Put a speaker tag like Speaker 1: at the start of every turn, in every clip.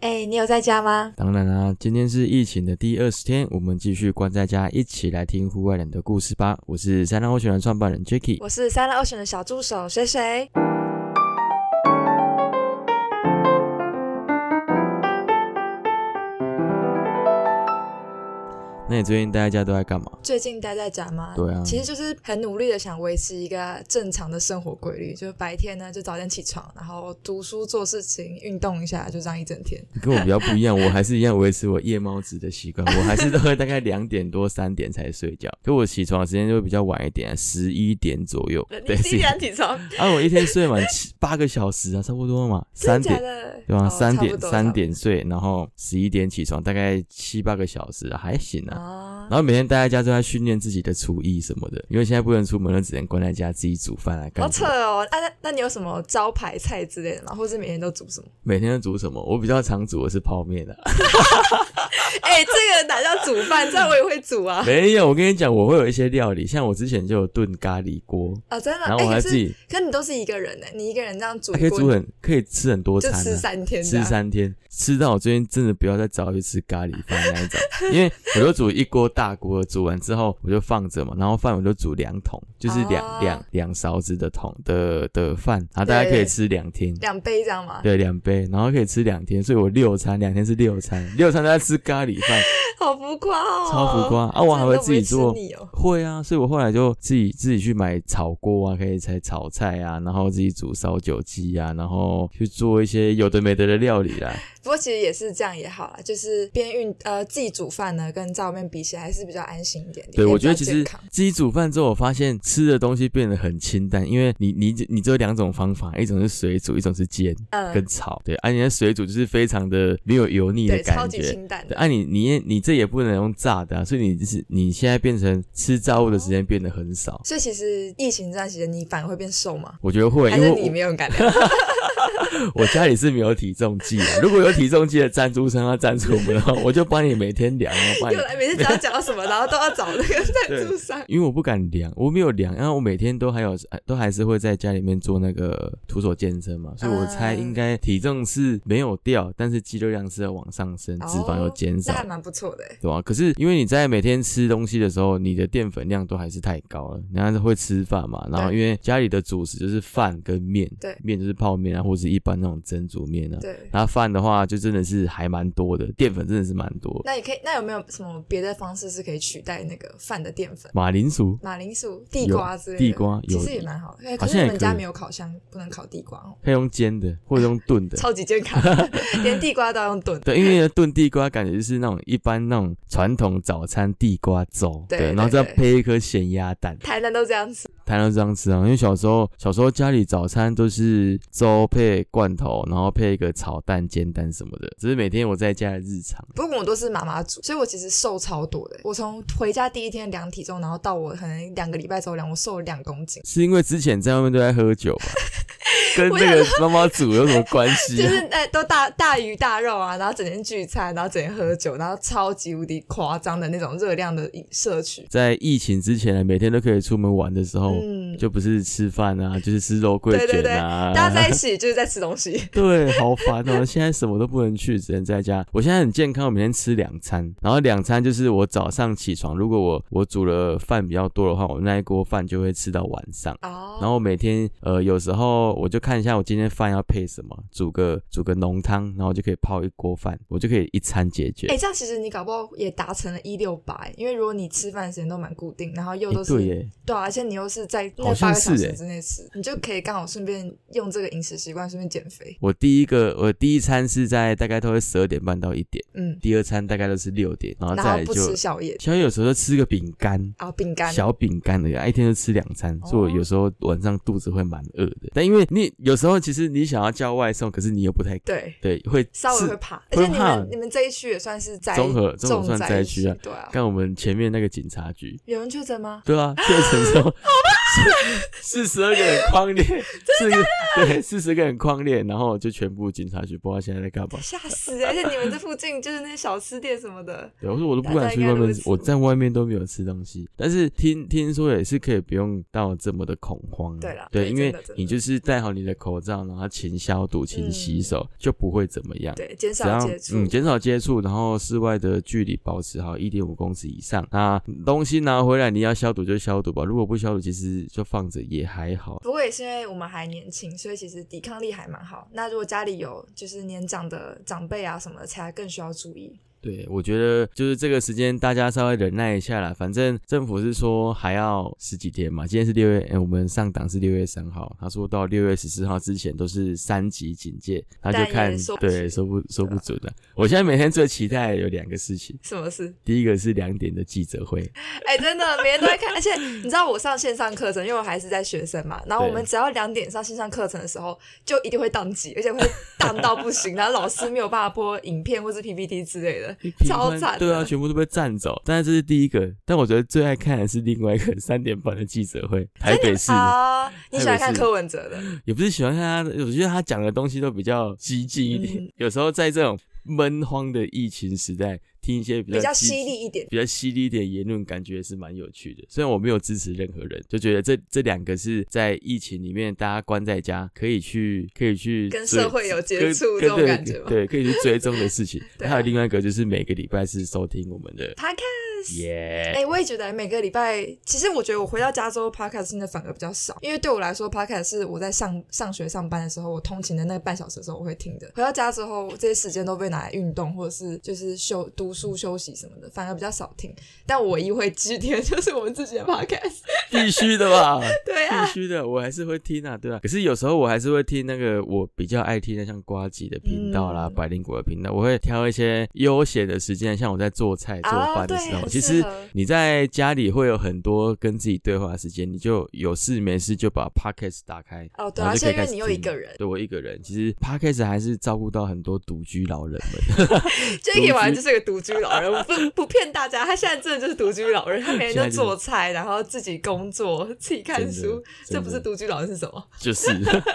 Speaker 1: 哎、你有在家吗？
Speaker 2: 当然啦、今天是疫情的第二十天，我们继续关在家，一起来听户外人的故事吧。我是三浪候选人创办人 Jacky。
Speaker 1: 我是三浪二选的小助手水水。
Speaker 2: 那你最近待在家都在干嘛？
Speaker 1: 最近待在家吗？
Speaker 2: 对啊
Speaker 1: 其实就是很努力的想维持一个正常的生活规律，就是白天呢就早点起床，然后读书做事情，运动一下，就这样一整天。
Speaker 2: 你跟我比较不一样，我还是一样维持我夜猫子的习惯，我还是都会大概两点多三点才睡觉，可我起床的时间就会比较晚一点，十一点左右。
Speaker 1: 呃
Speaker 2: 对，是
Speaker 1: 起床？
Speaker 2: 啊，我一天睡满七八个小时啊，差不多嘛， 三
Speaker 1: 真
Speaker 2: 点
Speaker 1: 假的？
Speaker 2: 对吧？啊
Speaker 1: 哦
Speaker 2: 三
Speaker 1: 差不
Speaker 2: 点
Speaker 1: 多
Speaker 2: 三点睡，然后十一点起床，大概七八个小时啊，还行
Speaker 1: 差不多
Speaker 2: 啊。
Speaker 1: 啊。
Speaker 2: 然后每天待在家都在训练自己的厨艺什么的，因为现在不能出门，就只能关在家自己煮饭来
Speaker 1: 好
Speaker 2: 干什
Speaker 1: 扯
Speaker 2: 么。
Speaker 1: 哦！啊，那那你有什么招牌菜之类的吗？或是每天都煮 什么？
Speaker 2: 每天都煮什么？我比较常煮的是泡面啊。
Speaker 1: 哎、这个哪叫煮饭？这样我也会煮 啊！
Speaker 2: 没有，我跟你讲，我会有一些料理，像我之前就有炖咖喱锅，
Speaker 1: 啊，真的。
Speaker 2: 然后我
Speaker 1: 哎
Speaker 2: 还
Speaker 1: 可
Speaker 2: 自
Speaker 1: 是
Speaker 2: 己、
Speaker 1: 可你都是一个人呢，你一个人这样煮
Speaker 2: 还可以
Speaker 1: 一
Speaker 2: 煮
Speaker 1: 锅，
Speaker 2: 很可以吃很多
Speaker 1: 就
Speaker 2: 餐、啊，
Speaker 1: 吃三天这
Speaker 2: 吃
Speaker 1: 样，
Speaker 2: 三天，吃到我最近真的不要再找我去吃咖喱饭那 一种，因为我就煮一锅大锅，煮完之后我就放着嘛，然后饭我就煮两桶，就是两、
Speaker 1: 哦
Speaker 2: 两两勺子的桶的的饭，然后大家可以
Speaker 1: 对
Speaker 2: 吃两天。
Speaker 1: 两杯这样吗？
Speaker 2: 对，两杯，然后可以吃两天，所以我六餐，两天是六餐，六餐都在吃咖喱饭，
Speaker 1: 好浮夸哦，
Speaker 2: 超浮夸啊！我还会自己做
Speaker 1: 真的都不会吃，腻哦
Speaker 2: 会啊，所以我后来就自己自己去买炒锅啊，可以才炒菜啊，然后自己煮烧酒鸡啊，然后去做一些有的没的的料理啦。
Speaker 1: 不过其实也是这样也好啦，就是边运呃自己煮饭呢，跟在外面比起来还是比较安心一点点。
Speaker 2: 对，
Speaker 1: 也
Speaker 2: 我
Speaker 1: 比
Speaker 2: 觉
Speaker 1: 较
Speaker 2: 得其实
Speaker 1: 健康
Speaker 2: 自己煮饭之后，我发现吃的东西变得很清淡，因为你你你只有两种方法，一种是水煮，一种是煎跟
Speaker 1: 嗯，
Speaker 2: 炒。对，啊，你的水煮就是非常的没有油腻的
Speaker 1: 对，超
Speaker 2: 感
Speaker 1: 级
Speaker 2: 觉。
Speaker 1: 清淡
Speaker 2: 对，
Speaker 1: 的。
Speaker 2: 啊你，你也你这也不能用炸的啊，所以你就是你现在变成吃炸物的时间变得很少。
Speaker 1: 所以其实疫情这段时间，你反而会变瘦吗？
Speaker 2: 我觉得会，
Speaker 1: 还
Speaker 2: 因
Speaker 1: 是
Speaker 2: 为
Speaker 1: 你
Speaker 2: 我
Speaker 1: 没有感觉？
Speaker 2: 我家里是没有体重计的，如果有体重计的赞助商要赞助我们的话，我就帮你每天量，然后帮你
Speaker 1: 又。来每次只要讲到什么，然后都要找那个赞助 商。
Speaker 2: 因为我不敢量，我没有量，然后我每天都还有都还是会在家里面做那个徒手健身嘛，所以我猜
Speaker 1: 嗯
Speaker 2: 应该体重是没有掉，但是肌肉量是要往上升，脂肪有减少
Speaker 1: 哦那，还蛮不错的欸。
Speaker 2: 对吧、可是因为你在每天吃东西的时候，你的淀粉量都还是太高了，然后会吃饭嘛，然后因为家里的主食就是饭跟面，
Speaker 1: 对
Speaker 2: 面就是泡面啊，或者是一般那种蒸煮面啊，
Speaker 1: 对，
Speaker 2: 那饭的话，就真的是还蛮多的，淀粉真的是蛮多。
Speaker 1: 那也可以，那有没有什么别的方式是可以取代那个饭的淀粉？
Speaker 2: 马铃薯
Speaker 1: 马铃薯、地瓜之类的，
Speaker 2: 地瓜有
Speaker 1: 其实也蛮好的。哎
Speaker 2: 好
Speaker 1: 可
Speaker 2: 像
Speaker 1: 是
Speaker 2: 也
Speaker 1: 你
Speaker 2: 可
Speaker 1: 们
Speaker 2: 以
Speaker 1: 家没有烤箱，不能烤地瓜哦，
Speaker 2: 可以用煎的，或者用炖的。
Speaker 1: 超级健康，连地瓜都要用炖。
Speaker 2: 对，因为炖地瓜感觉就是那种一般那种传统早餐地瓜粥，
Speaker 1: 对对
Speaker 2: 然后再
Speaker 1: 对
Speaker 2: 配一颗咸鸭蛋，
Speaker 1: 台南都这样吃，
Speaker 2: 台南这样吃啊。因为小时候小时候家里早餐都是粥配罐头，然后配一个炒蛋、煎蛋什么的，只是每天我在家的日常。
Speaker 1: 不过我都是妈妈煮，所以我其实瘦超多的。我从回家第一天量体重，然后到我可能两个礼拜之后量，我瘦了两公 斤。
Speaker 2: 是因为之前在外面都在喝酒吧，跟
Speaker 1: 我
Speaker 2: 那个妈妈煮有什么关系
Speaker 1: 就
Speaker 2: 啊
Speaker 1: 是？哎、都大大鱼大肉啊，然后整天聚餐，然后整天喝酒，然后超级无敌夸张的那种热量的摄取。
Speaker 2: 在疫情之前呢，每天都可以出门玩的时候，
Speaker 1: 嗯，
Speaker 2: 就不是吃饭啊，就是吃肉桂
Speaker 1: 对对
Speaker 2: 卷
Speaker 1: 对
Speaker 2: 啊。，
Speaker 1: 大家在一起就是在吃东西
Speaker 2: 对，好烦哦！现在什么都不能去，只能在家。我现在很健康，我每天吃两餐，然后两餐就是我早上起床，如果我我煮了饭比较多的话，我那一锅饭就会吃到晚上。
Speaker 1: 哦
Speaker 2: 然后每天呃，有时候我就看一下我今天饭要配什么，煮个煮个浓汤，然后就可以泡一锅饭，我就可以一餐解决。
Speaker 1: 哎、这样其实你搞不好也达成了一六八，因为如果你吃饭的时间都蛮固定，然后又
Speaker 2: 诶
Speaker 1: 都是、
Speaker 2: 对耶，
Speaker 1: 对啊，而且你又是在那
Speaker 2: 好
Speaker 1: 八
Speaker 2: 像
Speaker 1: 个小
Speaker 2: 是欸
Speaker 1: 时
Speaker 2: 耶
Speaker 1: 之内吃，你就可以刚好顺便用这个饮食习惯顺便减肥。
Speaker 2: 我第一个我第一餐是在大概都会十二点半到一点，
Speaker 1: 嗯，
Speaker 2: 第二餐大概都是六点，然后
Speaker 1: 然
Speaker 2: 再
Speaker 1: 后
Speaker 2: 来
Speaker 1: 不
Speaker 2: 就
Speaker 1: 吃宵夜
Speaker 2: 小野有时候就吃个饼干。
Speaker 1: 啊，饼干。
Speaker 2: 小饼干的，啊一天就吃两餐，
Speaker 1: 哦
Speaker 2: 所以我有时候晚上肚子会蛮饿的。但因为你有时候其实你想要叫外送，可是你又不太
Speaker 1: 对，
Speaker 2: 对，会
Speaker 1: 稍微
Speaker 2: 是
Speaker 1: 会怕，而且你
Speaker 2: 怕
Speaker 1: 们你们这一区也算是在
Speaker 2: 综合综合算
Speaker 1: 灾
Speaker 2: 灾区啊
Speaker 1: 对啊。
Speaker 2: 看我们前面那个警察局，
Speaker 1: 有人确诊吗？
Speaker 2: 对啊，确诊 之后四十二个人框列，四个对四十个人框列，然后就全部警察局，不知道现在在干嘛。
Speaker 1: 吓死、欸而且你们这附近就是那些小吃店什么的，
Speaker 2: 对，我说我都不
Speaker 1: 大家
Speaker 2: 敢出
Speaker 1: 应
Speaker 2: 去
Speaker 1: 该
Speaker 2: 外
Speaker 1: 都
Speaker 2: 面
Speaker 1: 会
Speaker 2: 吃，
Speaker 1: 吃
Speaker 2: 我在外面都没有吃东西。但是听听说也是可以不用到这么的恐慌啊。
Speaker 1: 对啦
Speaker 2: 对，
Speaker 1: 对
Speaker 2: 因
Speaker 1: 真
Speaker 2: 为
Speaker 1: 的真
Speaker 2: 你
Speaker 1: 的
Speaker 2: 就是戴好你你的口罩，然后勤消毒、勤
Speaker 1: 嗯
Speaker 2: 洗手，就不会怎么样。
Speaker 1: 对，减
Speaker 2: 只
Speaker 1: 少
Speaker 2: 要
Speaker 1: 接触，
Speaker 2: 嗯减少接触，然后室外的距离保持好一点五公尺以上。那东西拿回来你要消毒就消毒吧，如果不消毒，其实就放着也还好。
Speaker 1: 不过也是因为我们还年轻，所以其实抵抗力还蛮好。那如果家里有就是年长的长辈啊什么的，才更需要注意。
Speaker 2: 对，我觉得就是这个时间大家稍微忍耐一下啦，反正政府是说还要十几天嘛，今天是六月，哎，我们上档是六月三号，他说到六月十四号之前都是三级警戒，那就
Speaker 1: 但也
Speaker 2: 看
Speaker 1: 说不
Speaker 2: 对
Speaker 1: 准
Speaker 2: 说不说不
Speaker 1: 对啊
Speaker 2: 准了。我现在每天最期待有两个事情，
Speaker 1: 什么事？
Speaker 2: 第一个是两点的记者会，
Speaker 1: 哎、真的，每天都在看。而且你知道我上线上课程，因为我还是在学生嘛。然后我们只要两点上线上课程的时候，就一定会宕机，而且会宕到不行。然后老师没有办法播影片或是 PPT 之类的， 超惨的。
Speaker 2: 对啊，全部都被占走。但是这是第一个，但我觉得最爱看的是另外一个三点半的记者会，台北市
Speaker 1: 啊，你喜欢
Speaker 2: 台
Speaker 1: 看
Speaker 2: 北市
Speaker 1: 柯文哲的？
Speaker 2: 也不是喜欢看他，我觉得他讲的东西都比较激进一点。
Speaker 1: 嗯
Speaker 2: 有时候在这种闷荒的疫情时代，听一些比较
Speaker 1: 比较
Speaker 2: 激
Speaker 1: 犀利一点
Speaker 2: 比较犀利一点言论，感觉是蛮有趣的。虽然我没有支持任何人，就觉得这这两个是在疫情里面大家关在家，可以去可以去
Speaker 1: 跟
Speaker 2: 追
Speaker 1: 社会有接
Speaker 2: 跟
Speaker 1: 触
Speaker 2: 跟
Speaker 1: 这种
Speaker 2: 对
Speaker 1: 感觉吗
Speaker 2: 对，可以去追踪的事情。
Speaker 1: 对啊
Speaker 2: 还有另外一个就是每个礼拜是收听我们 的
Speaker 1: Podcast。
Speaker 2: 耶
Speaker 1: 哎、我也觉得每个礼拜，其实我觉得我回到加州 podcast 听的反而比较少，因为对我来说 podcast 是我在上上学上班的时候，我通勤的那半小时的时候我会听的。回到家之后，这些时间都被拿来运动或者是就是休读书休息什么的，反而比较少听。但我唯一会继续听的就是我们自己的 podcast。
Speaker 2: 必须的吧。
Speaker 1: 对啊
Speaker 2: 必，须的，我还是会听啊，对啊。可是有时候我还是会听那个我比较爱听的，像瓜吉的频道啦、
Speaker 1: 嗯
Speaker 2: 百灵果的频道，我会挑一些悠闲的时间，像我在做菜、做
Speaker 1: 啊
Speaker 2: 饭的时
Speaker 1: 对
Speaker 2: 候，
Speaker 1: 很
Speaker 2: 其
Speaker 1: 适
Speaker 2: 实
Speaker 1: 合
Speaker 2: 你在家里会有很多跟自己对话的时间，你就有事没事就把 podcast 打开。
Speaker 1: 哦对
Speaker 2: 然
Speaker 1: 啊，
Speaker 2: 后
Speaker 1: 而且
Speaker 2: 就可
Speaker 1: 因
Speaker 2: 以开
Speaker 1: 为
Speaker 2: 始
Speaker 1: 你又一
Speaker 2: 听
Speaker 1: 个人，
Speaker 2: 对我一个人，其实 podcast 还是照顾到很多独居老人们。
Speaker 1: Jacky 完全就是个独居老人，我不不骗大家，他现在真的就是独居老人，他每天
Speaker 2: 现在
Speaker 1: 都
Speaker 2: 就是
Speaker 1: 做菜，然后自己工作，自己看书，
Speaker 2: 真
Speaker 1: 这
Speaker 2: 的
Speaker 1: 不是独居老人是什么？
Speaker 2: 就是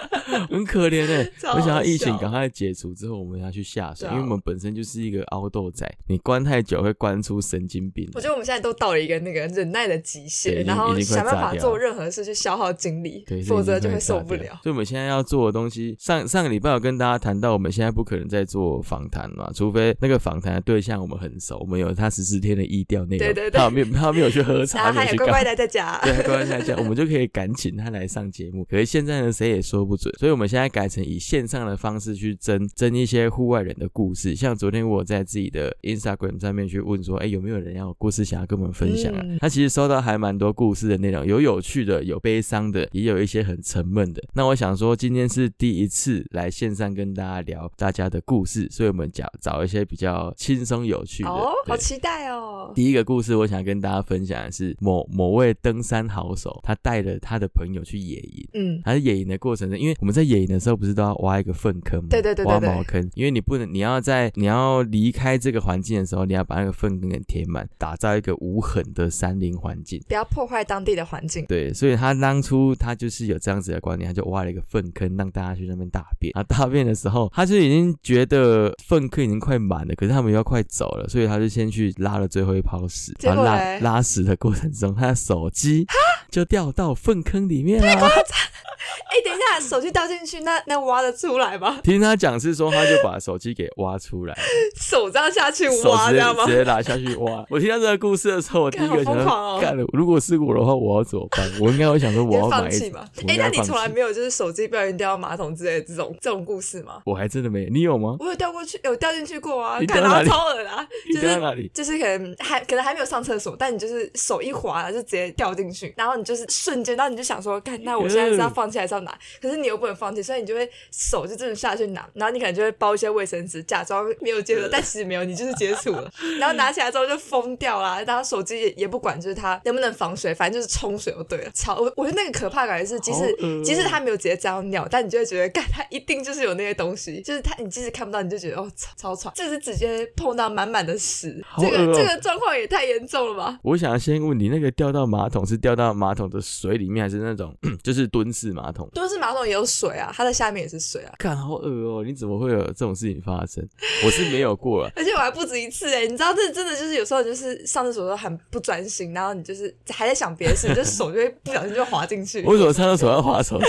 Speaker 2: 很可怜哎、
Speaker 1: 超
Speaker 2: 我想要
Speaker 1: 好
Speaker 2: 疫情
Speaker 1: 笑
Speaker 2: 赶快解除之后，我们要去下水，
Speaker 1: 对啊
Speaker 2: 因为我们本身就是一个凹豆仔，你关太久会关出神经病来。
Speaker 1: 我觉得我们现在都到了一个那个忍耐的极
Speaker 2: 对已
Speaker 1: 限，
Speaker 2: 经
Speaker 1: 然后想办
Speaker 2: 已经快炸
Speaker 1: 法
Speaker 2: 掉
Speaker 1: 做任何事去消耗精力
Speaker 2: 对，，
Speaker 1: 否则就
Speaker 2: 这已经
Speaker 1: 会
Speaker 2: 快
Speaker 1: 受
Speaker 2: 炸
Speaker 1: 不
Speaker 2: 掉
Speaker 1: 了。
Speaker 2: 所以我们现在要做的东西，上上个礼拜有跟大家谈到，我们现在不可能再做访谈嘛，除非那个访谈的对象我们很熟，我们有他十四天的疫调内容，
Speaker 1: 对对对
Speaker 2: 他有没有他有没有去 喝
Speaker 1: 然
Speaker 2: 茶，
Speaker 1: 后
Speaker 2: 没
Speaker 1: 他也
Speaker 2: 有去
Speaker 1: 乖
Speaker 2: 干嘛
Speaker 1: 乖待在家，
Speaker 2: 对，关一下这样，我们就可以赶请他来上节目。可是现在呢，谁也说不准，所以我们现在改成以线上的方式去争争一些户外人的故事。像昨天我在自己的 Instagram 上面去问说，哎，有没有人要有故事想要跟我们分享啊？
Speaker 1: 嗯
Speaker 2: 他其实收到还蛮多故事的内容，有有趣的，有悲伤的，也有一些很沉闷的。那我想说，今天是第一次来线上跟大家聊大家的故事，所以我们讲找一些比较轻松有趣的。
Speaker 1: 哦，
Speaker 2: 对
Speaker 1: 好期待哦。
Speaker 2: 第一个故事，我想跟大家分享的是某某位登山好手，他带了他的朋友去野营。
Speaker 1: 嗯，
Speaker 2: 他在野营的过程中，因为我们在野营的时候不是都要挖一个粪坑吗？
Speaker 1: 对对对对
Speaker 2: 挖
Speaker 1: 对
Speaker 2: 茅坑，因为你不能，你要在你要离开这个环境的时候，你要把那个粪坑给填满，打造一个无痕的山林环境。
Speaker 1: 不要破坏当地的环境。
Speaker 2: 对，所以他当初他就是有这样子的观念，他就挖了一个粪坑让大家去那边大便。然后大便的时候，他就已经觉得粪坑已经快满了，可是他们又要快走了，所以他就先去拉了最后一泡屎。
Speaker 1: 结
Speaker 2: 然后
Speaker 1: 果
Speaker 2: 拉
Speaker 1: 嘞
Speaker 2: 拉屎的过程中，他的手机就掉到粪坑里面了。
Speaker 1: 哎，等一下，手机掉进去，那那挖得出来吗？
Speaker 2: 听他讲是说，他就把手机给挖出来，
Speaker 1: 手这样下去
Speaker 2: 手
Speaker 1: 挖，
Speaker 2: 直
Speaker 1: 知
Speaker 2: 接
Speaker 1: 道吗
Speaker 2: 直？接拿下去挖。我听到这个故事的时候，我第一
Speaker 1: 干好
Speaker 2: 个想
Speaker 1: 疯狂
Speaker 2: 说，
Speaker 1: 哦
Speaker 2: 干、如果是我的话，我要怎么办？我应该会想说，
Speaker 1: 你
Speaker 2: 我
Speaker 1: 会
Speaker 2: 要
Speaker 1: 放
Speaker 2: 买一
Speaker 1: 弃吗
Speaker 2: 我？应
Speaker 1: 哎、
Speaker 2: 该
Speaker 1: 那你
Speaker 2: 放
Speaker 1: 从来
Speaker 2: 弃
Speaker 1: 没有就是手机不小心掉到马桶之类的这种这种故事吗？
Speaker 2: 我还真的没，你有吗？
Speaker 1: 我有掉过去，有掉进去过啊
Speaker 2: 你，掉
Speaker 1: 看
Speaker 2: 到
Speaker 1: 然后
Speaker 2: 哪里
Speaker 1: 超恶的啊，
Speaker 2: 你
Speaker 1: 就
Speaker 2: 掉到
Speaker 1: 是。
Speaker 2: 哪里？
Speaker 1: 就是可能还可能还没有上厕所，但你就是手一滑就直接掉进去，然后你就是瞬间，然后你就想说，看那我现在是
Speaker 2: 嗯
Speaker 1: 要放弃还是要拿？可是你又不能放弃，所以你就会手就真的下去拿，然后你可能就会包一些卫生纸，假装没有
Speaker 2: 呃
Speaker 1: 接触，但其实没有，你就是接触 了。然后拿起来之后就疯掉啦，然后手机也也不管，就是它能不能防水，反正就是冲水就对了。超我我觉得那个可怕的感觉是，即
Speaker 2: 好恶哦
Speaker 1: 使即使它没有直接沾到尿，但你就会觉得， 干它一定就是有那些东西，就是它你即使看不到，你就觉得哦超超喘，就是直接碰到满满的屎，
Speaker 2: 好
Speaker 1: 这
Speaker 2: 恶
Speaker 1: 个
Speaker 2: 哦
Speaker 1: 这个状况也太严重了吧？
Speaker 2: 我想先问你，那个掉到马桶是掉到马桶的水里面，还是那种 就是蹲式马桶？
Speaker 1: 蹲式马桶也有水啊，它在下面也是水啊。
Speaker 2: 看，好恶哦、你怎么会有这种事情发生？我是没有过了
Speaker 1: 。而且我还不止一次哎、你知道这真的就是有时候你就是上厕所都很不专心，然后你就是还在想别的事，你就手就会不小心就滑进去，
Speaker 2: 为什么上厕所要划手 机？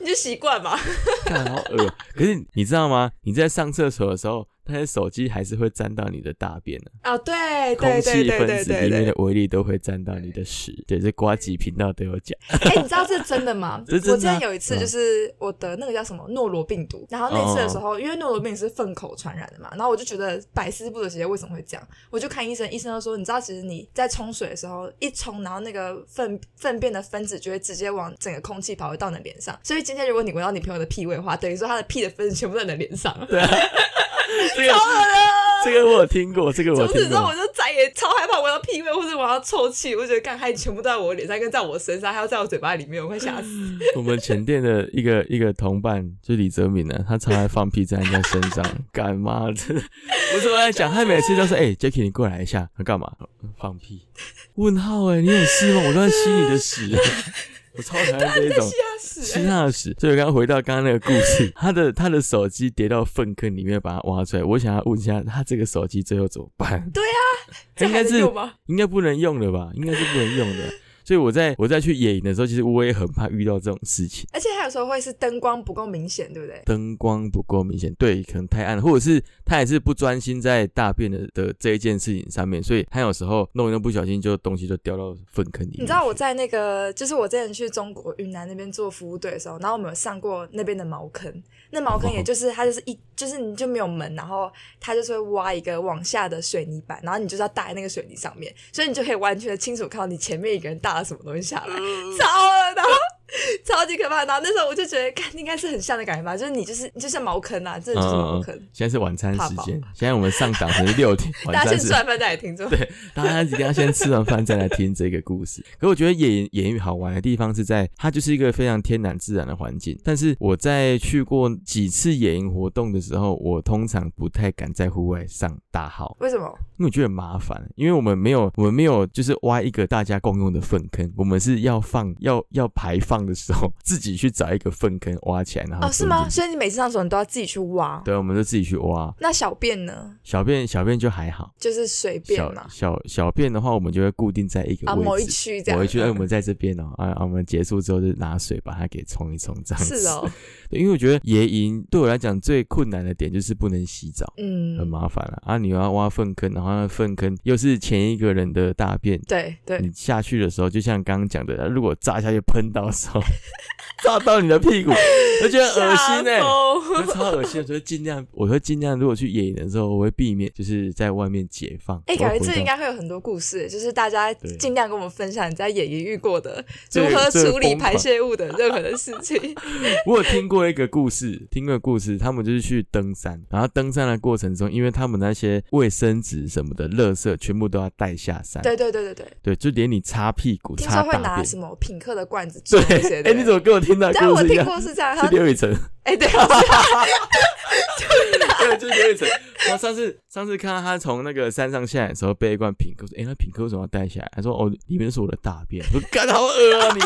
Speaker 1: 你就习惯嘛。
Speaker 2: 看好恶。可是你知道吗？你在上厕所的时候，那些手机还是会沾到你的大便的、
Speaker 1: 啊，对
Speaker 2: 空
Speaker 1: 对对
Speaker 2: 气
Speaker 1: 对
Speaker 2: 分
Speaker 1: 对
Speaker 2: 子里
Speaker 1: 对
Speaker 2: 面的
Speaker 1: 对。
Speaker 2: 微粒都会沾到你的屎。对，这瓜吉频道都有讲。
Speaker 1: 哎、你知道这是真的吗？
Speaker 2: 这是真的
Speaker 1: 我
Speaker 2: 啊
Speaker 1: 之前有一次就是我得那个叫什么诺罗病毒，然后那次的时候，
Speaker 2: 哦
Speaker 1: 因为诺罗病是粪口传染的嘛，然后我就觉得百思不得其解为什么会这样，我就看医生，医生就说，你知道其实你在冲水的时候一冲，然后那个粪粪便的分子就会直接往整个空气跑到你的脸上，所以今天如果你闻到你朋友的屁味的话，等于说他的屁的分子全部在你的脸上。
Speaker 2: 啊
Speaker 1: 啊
Speaker 2: 这个这个我有听过，这个我
Speaker 1: 从
Speaker 2: 有
Speaker 1: 此
Speaker 2: 听
Speaker 1: 之后，
Speaker 2: 过
Speaker 1: 我。就再也超害怕闻到屁味或者闻到臭气，我就觉得干，它全部都在我脸上，跟在我身上，还有在我嘴巴里面，我快吓死。
Speaker 2: 我们前店的一个一个同伴，就李泽敏呢，他常爱放屁在人家身上，干嘛？真的， 我是我在讲，他每次都说：“哎、j a c k i e 你过来一下。”他干嘛？放屁？问号哎、你有事吗？我刚才吸你的屎， 我超讨厌这一 种。
Speaker 1: 吓死、
Speaker 2: 吸
Speaker 1: 欸！
Speaker 2: 他的屎。所以我刚刚回到刚刚那个故事，他的他的手机跌到粪坑里面，把它挖出来。我想要问一下，他这个手机最后怎么办？
Speaker 1: 对
Speaker 2: 啊，
Speaker 1: 这
Speaker 2: 应
Speaker 1: 还
Speaker 2: 该
Speaker 1: 能
Speaker 2: 是
Speaker 1: 用吗？
Speaker 2: 应该不能用了吧？应该是不能用的。所以我在我在去野营的时候，其实我也很怕遇到这种事情。
Speaker 1: 而且还有时候会是灯光不够明显，对不对？
Speaker 2: 灯光不够明显，对，可能太暗，或者是他也是不专心在大便的的这一件事情上面，所以他有时候弄一弄不小心就东西就掉到粪坑里面。
Speaker 1: 你知道我在那个，就是我之前去中国云南那边做服务队的时候，然后我们有上过那边的茅坑。那茅坑也就是它就是一，就是你就没有门，然后它就是会挖一个往下的水泥板，然后你就是要搭在那个水泥上面，所以你就可以完全的清楚看到你前面一个人搭了什么东西下来，
Speaker 2: 嗯
Speaker 1: 超了，然后 超级可怕。然后那时候我就觉得，看应该是很像的感觉吧，就是你就是你就像茅坑啊，真的
Speaker 2: 嗯
Speaker 1: 就是茅坑。
Speaker 2: 现在是晚餐时
Speaker 1: 怕饱
Speaker 2: 间，现在我们上档是六 点，晚
Speaker 1: 大家
Speaker 2: 餐
Speaker 1: 先
Speaker 2: 是
Speaker 1: 吃完饭再来听众。
Speaker 2: 对，大家一定要先吃完饭再来听这个故事。 可我觉得野营野营好玩的地方是在它就是一个非常天然自然的环境。但是我在去过几次野营活动的时候，我通常不太敢在户外上大号，
Speaker 1: 为什么？
Speaker 2: 因为我觉得很麻烦，因为我们没有我们没有就是挖一个大家共用的粪坑，我们是要放要要排放的时候自己去找一个粪坑挖起来，然后
Speaker 1: 哦，是吗？
Speaker 2: 丢进去？
Speaker 1: 所以你每次上手你都要自己去挖。
Speaker 2: 对，我们就自己去挖。
Speaker 1: 那小便呢？
Speaker 2: 小便小便就还好，
Speaker 1: 就是随便
Speaker 2: 小
Speaker 1: 嘛，
Speaker 2: 小小便的话，我们就会固定在一个
Speaker 1: 啊，
Speaker 2: 位置，
Speaker 1: 某一区这样。
Speaker 2: 我会觉得哎我们在这边哦，啊，啊我们结束之后就拿水把它给冲一冲，这样子。
Speaker 1: 是 哦，
Speaker 2: 对，因为我觉得野营对我来讲最困难的点就是不能洗澡，很
Speaker 1: 嗯，
Speaker 2: 麻烦了啊你要挖粪坑，然后那粪坑又是前一个人的大便，
Speaker 1: 对 对，
Speaker 2: 你下去的时候，就像刚刚讲的，如果炸下去喷到的时候， 炸到你的屁 股，我觉得恶心哎、
Speaker 1: 吓
Speaker 2: 欸。
Speaker 1: 疯
Speaker 2: 我超恶心的，所以尽量，我会尽量，如果去野营的时候，我会避免就是在外面解放。
Speaker 1: 哎，感
Speaker 2: 我会
Speaker 1: 觉
Speaker 2: 回
Speaker 1: 这
Speaker 2: 到
Speaker 1: 应该会有很多故事，就是大家
Speaker 2: 对
Speaker 1: 尽量跟我们分享你在野营遇过的
Speaker 2: 这
Speaker 1: 如
Speaker 2: 个
Speaker 1: 何
Speaker 2: 这个
Speaker 1: 处理
Speaker 2: 疯狂
Speaker 1: 排泄物的任何的事 情。
Speaker 2: 我有听过一个故事，听过故事，他们就是去登山，然后登山的过程中，因为他们那些卫生纸什么的、垃圾全部都要带下山，
Speaker 1: 对对对对对，
Speaker 2: 对就连你擦屁股、
Speaker 1: 听
Speaker 2: 擦
Speaker 1: 说会
Speaker 2: 大
Speaker 1: 拿
Speaker 2: 便，
Speaker 1: 什么品客的罐子装一
Speaker 2: 对，
Speaker 1: 些
Speaker 2: 哎、
Speaker 1: 的。
Speaker 2: 你怎么跟我听到的
Speaker 1: 但
Speaker 2: 故
Speaker 1: 我
Speaker 2: 事一
Speaker 1: 听
Speaker 2: 样？
Speaker 1: 过是这样，
Speaker 2: 是
Speaker 1: 他
Speaker 2: 刘雨辰，
Speaker 1: 哎对，
Speaker 2: 对，就是刘雨辰。我上次上次看到他从那个山上下来的时候，背一罐品客，说：“哎、那品客为什么要带下来？”他说：“哦，里面是我的大便。”我说：“干，好恶啊你！”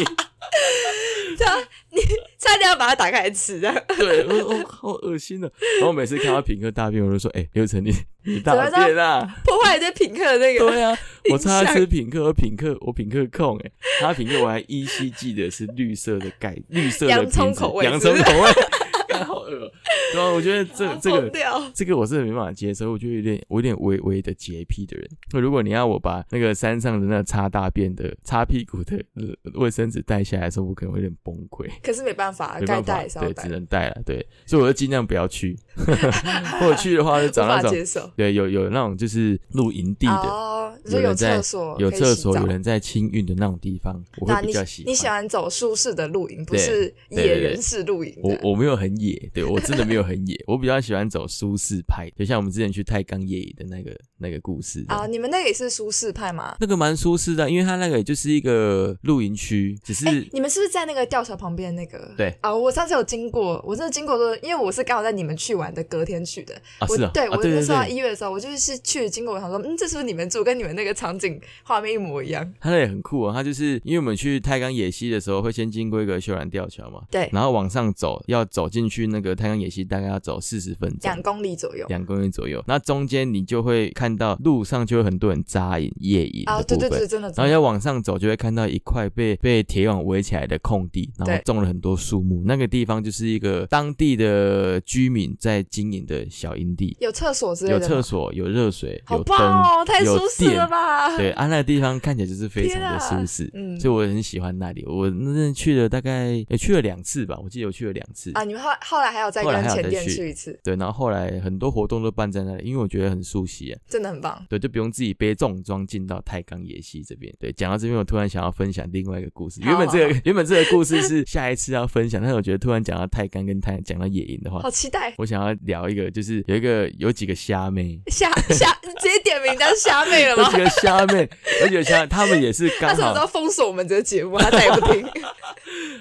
Speaker 1: 差点要把它打开来吃，这 样
Speaker 2: 对，我说：“哦，好恶心的、然后每次看到品客大便，我就说：“哎、刘雨辰，你你大
Speaker 1: 怎么
Speaker 2: 便啊！”
Speaker 1: 破坏这品客的那个。
Speaker 2: 对啊，我
Speaker 1: 印
Speaker 2: 超爱
Speaker 1: 象
Speaker 2: 吃品客，我品客我品客控哎、他品客我还依稀记得是绿色的盖，绿色的
Speaker 1: 洋
Speaker 2: 瓶
Speaker 1: 葱
Speaker 2: 子
Speaker 1: 口味
Speaker 2: 洋
Speaker 1: 是
Speaker 2: 葱
Speaker 1: 不是
Speaker 2: 口味， 干好恶哦。对啊，我觉得这这
Speaker 1: 疯
Speaker 2: 个
Speaker 1: 掉
Speaker 2: 这个我是没办法接受，我觉得有点我有点微微的洁癖的人。那如果你要我把那个山上的那擦大便的、擦屁股的呃卫生纸带下来的时候，我可能会有点崩溃。
Speaker 1: 可是没办法，
Speaker 2: 没
Speaker 1: 该
Speaker 2: 办法
Speaker 1: 啊带，也是要
Speaker 2: 对，
Speaker 1: 带
Speaker 2: 只，能带了，对，所以我就尽量不 要去，或者去的话就
Speaker 1: 无
Speaker 2: 找那
Speaker 1: 法
Speaker 2: 种
Speaker 1: 接受。
Speaker 2: 对有有那种就是露营地的，
Speaker 1: 哦，你说
Speaker 2: 有人
Speaker 1: 有
Speaker 2: 在
Speaker 1: 厕所，
Speaker 2: 有
Speaker 1: 可以
Speaker 2: 厕
Speaker 1: 洗
Speaker 2: 所，
Speaker 1: 澡
Speaker 2: 有人在清运的那种地方，我
Speaker 1: 那
Speaker 2: 会比
Speaker 1: 你
Speaker 2: 较喜欢。
Speaker 1: 你喜欢走舒适的露营，不
Speaker 2: 对
Speaker 1: 是
Speaker 2: 对对
Speaker 1: 野
Speaker 2: 对
Speaker 1: 人式露营
Speaker 2: 我
Speaker 1: 的。
Speaker 2: 我没有很野，对我真的没有很野，我比较喜欢走舒适派，就像我们之前去太钢野营的那个那个故事这样
Speaker 1: 啊，你们那个也是舒适派吗？
Speaker 2: 那个蛮舒适的，因为它那个也就是一个露营区，只是、
Speaker 1: 哎，你们是不是在那个吊桥旁边那个？
Speaker 2: 对
Speaker 1: 啊，我上次有经过，我真的经过都，因为我是刚好在你们去玩的隔天去的。
Speaker 2: 啊
Speaker 1: 我
Speaker 2: 是啊，
Speaker 1: 对
Speaker 2: 啊
Speaker 1: 我
Speaker 2: 对
Speaker 1: 那
Speaker 2: 对
Speaker 1: 时候
Speaker 2: 对，
Speaker 1: 一月的时候，我就是去经过，我想说，嗯，这是不是你们住跟你们那个场景画面一模一样？
Speaker 2: 它那也很酷啊，它就是因为我们去太钢野溪的时候会先经过一个秀兰吊桥嘛，
Speaker 1: 对
Speaker 2: 然后往上走，要走进去那个个太阳野溪大概要走四十分钟
Speaker 1: 两。公里左右。
Speaker 2: 两公里左右，那中间你就会看到路上就有很多人扎营、夜营的
Speaker 1: 啊，
Speaker 2: 部
Speaker 1: 对
Speaker 2: 分，
Speaker 1: 对对，真的。真
Speaker 2: 然后
Speaker 1: 的
Speaker 2: 要往上走，就会看到一块被被铁网围起来的空地，然后
Speaker 1: 对
Speaker 2: 种了很多树木。那个地方就是一个当地的居民在经营的小营地，
Speaker 1: 有厕所之类
Speaker 2: 有
Speaker 1: 的吗，
Speaker 2: 厕所，有热水，
Speaker 1: 好
Speaker 2: 有灯，
Speaker 1: 棒哦，太
Speaker 2: 有
Speaker 1: 舒适了
Speaker 2: 电
Speaker 1: 吧？
Speaker 2: 对，啊，那个地方看起来就是非常
Speaker 1: 天
Speaker 2: 的
Speaker 1: 啊
Speaker 2: 舒适，
Speaker 1: 嗯
Speaker 2: 所以我很喜欢那里。我那阵去了大概也去了两次吧，我记得我去了两次。
Speaker 1: 啊，你们后后来还有再
Speaker 2: 后来
Speaker 1: 跟
Speaker 2: 还有
Speaker 1: 前
Speaker 2: 再
Speaker 1: 店
Speaker 2: 去
Speaker 1: 去一次，
Speaker 2: 对，然后后来很多活动都办在那里，因为我觉得很熟悉啊。
Speaker 1: 真的很棒。
Speaker 2: 对，就不用自己背重装进到太钢野溪这边。对，讲到这边，我突然想要分享另外一个故事。
Speaker 1: 好啊
Speaker 2: 原本这
Speaker 1: 好
Speaker 2: 个 原本这个故事是 下一次要分享，但是我觉得突然讲到太钢跟太讲到野营的话
Speaker 1: 好，期待
Speaker 2: 我想要聊一个，就是有一个有几个虾妹，
Speaker 1: 虾虾，直接点名家虾妹了
Speaker 2: 有
Speaker 1: 吗
Speaker 2: 几？个虾妹，有几个虾，她们也是
Speaker 1: 他
Speaker 2: 刚
Speaker 1: 什么时
Speaker 2: 好，
Speaker 1: 候封锁我们这个节目？他再也不听。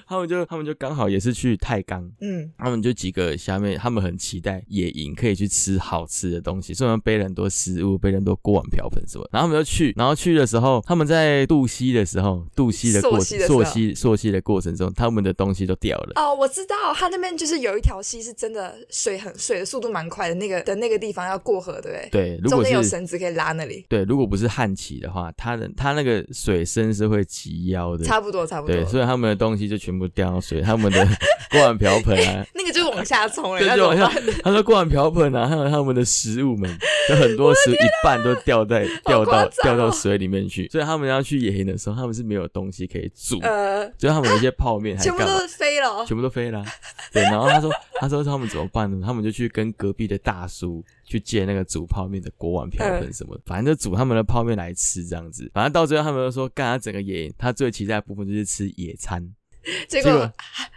Speaker 2: 她们就她们就刚好也是去太钢。
Speaker 1: 嗯，
Speaker 2: 她们就几个虾妹，她们很期待野营，可以去吃好吃的东西，所以他们背了很多食物，背了很多锅碗瓢盆什么。然后他们就去，然后去的时候，他们在渡溪的时候，渡溪的过
Speaker 1: 溯溪的时候
Speaker 2: 溯溪溯溪的过程中，他们的东西都掉了。
Speaker 1: 哦，我知道，他那边就是有一条溪，是真的水很水的速度蛮快的，那个的那个地方要过河，对不对？
Speaker 2: 对，如
Speaker 1: 中
Speaker 2: 果
Speaker 1: 间有
Speaker 2: 是
Speaker 1: 绳子可以拉那里，
Speaker 2: 对，如果不是旱期的话，它的它那个水深是会及腰的。
Speaker 1: 差不多差不多
Speaker 2: 对，。所以他们的东西就全部掉到水，他们的 锅碗瓢盆啊，
Speaker 1: 那个就是往下 冲了，
Speaker 2: 对，
Speaker 1: 那怎
Speaker 2: 就好
Speaker 1: 么
Speaker 2: 像
Speaker 1: 办？
Speaker 2: 他说锅碗瓢盆啊，还有他们的食物们，有很多食物一半都掉在掉
Speaker 1: 好夸张
Speaker 2: 到
Speaker 1: 哦
Speaker 2: 掉到水里面去，所以他们要去野营的时候，他们是没有东西可以煮，
Speaker 1: 呃，
Speaker 2: 所以他们有一些泡面还
Speaker 1: 全部
Speaker 2: 干嘛
Speaker 1: 都，飞了哦。
Speaker 2: 全部都飞了啊、对，然后他说他说他们怎么办呢？他们就去跟隔壁的大叔去借那个煮泡面的锅碗瓢盆什么
Speaker 1: 嗯
Speaker 2: 的，反正就煮他们的泡面来吃这样子。反正到最后他们就说，干他整个野营，他最期待的部分就是吃野餐。
Speaker 1: 结
Speaker 2: 结
Speaker 1: 果
Speaker 2: 果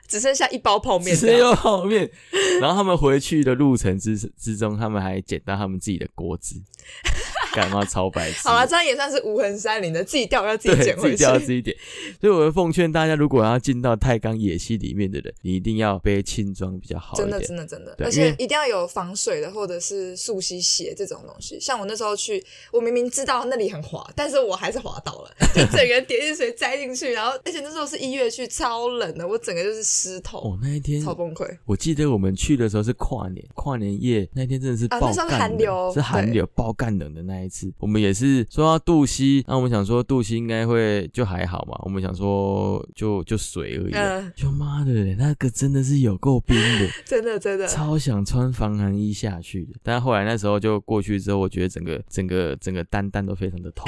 Speaker 1: 只剩下一包泡面这
Speaker 2: 只
Speaker 1: 样，
Speaker 2: 有泡面。 然后他们回去的路程之之中，他们还捡到他们自己的锅子，干嘛超白痴的？
Speaker 1: 好了，这样也算是无痕山林的，自己掉要自己
Speaker 2: 对，
Speaker 1: 捡
Speaker 2: 自
Speaker 1: 回
Speaker 2: 己
Speaker 1: 去
Speaker 2: 掉。到自己点。所以我会奉劝大家，如果要进到太钢野溪里面的人，你一定要背轻装比较好一
Speaker 1: 真的，
Speaker 2: 点。
Speaker 1: 真的，真的，
Speaker 2: 对
Speaker 1: 而
Speaker 2: 因
Speaker 1: 且
Speaker 2: 为
Speaker 1: 一定要有防水的，或者是溯溪鞋这种东西。像我那时候去，我明明知道那里很滑，但是我还是滑倒了，就整个跌进水栽进去。然后，而且那时候是一月去，超冷的，我整个就是湿头，
Speaker 2: 哦，那一天
Speaker 1: 超崩溃。
Speaker 2: 我记得我们去的时候是跨年，跨年夜那天真的是
Speaker 1: 啊
Speaker 2: 爆
Speaker 1: 那时候是
Speaker 2: 干
Speaker 1: 寒
Speaker 2: 冷，
Speaker 1: 流
Speaker 2: 是寒
Speaker 1: 对
Speaker 2: 流爆干冷的那一次。我们也是说到渡溪，那、我们想说渡溪应该会就还好嘛，我们想说就就水而已啊。
Speaker 1: 嗯
Speaker 2: 就妈的嘞，那个真的是有够冰 的，
Speaker 1: 真的，真的，
Speaker 2: 超想穿防寒衣下去的。但后来那时候就过去之后，我觉得整个整个整个蛋蛋都非常 的痛，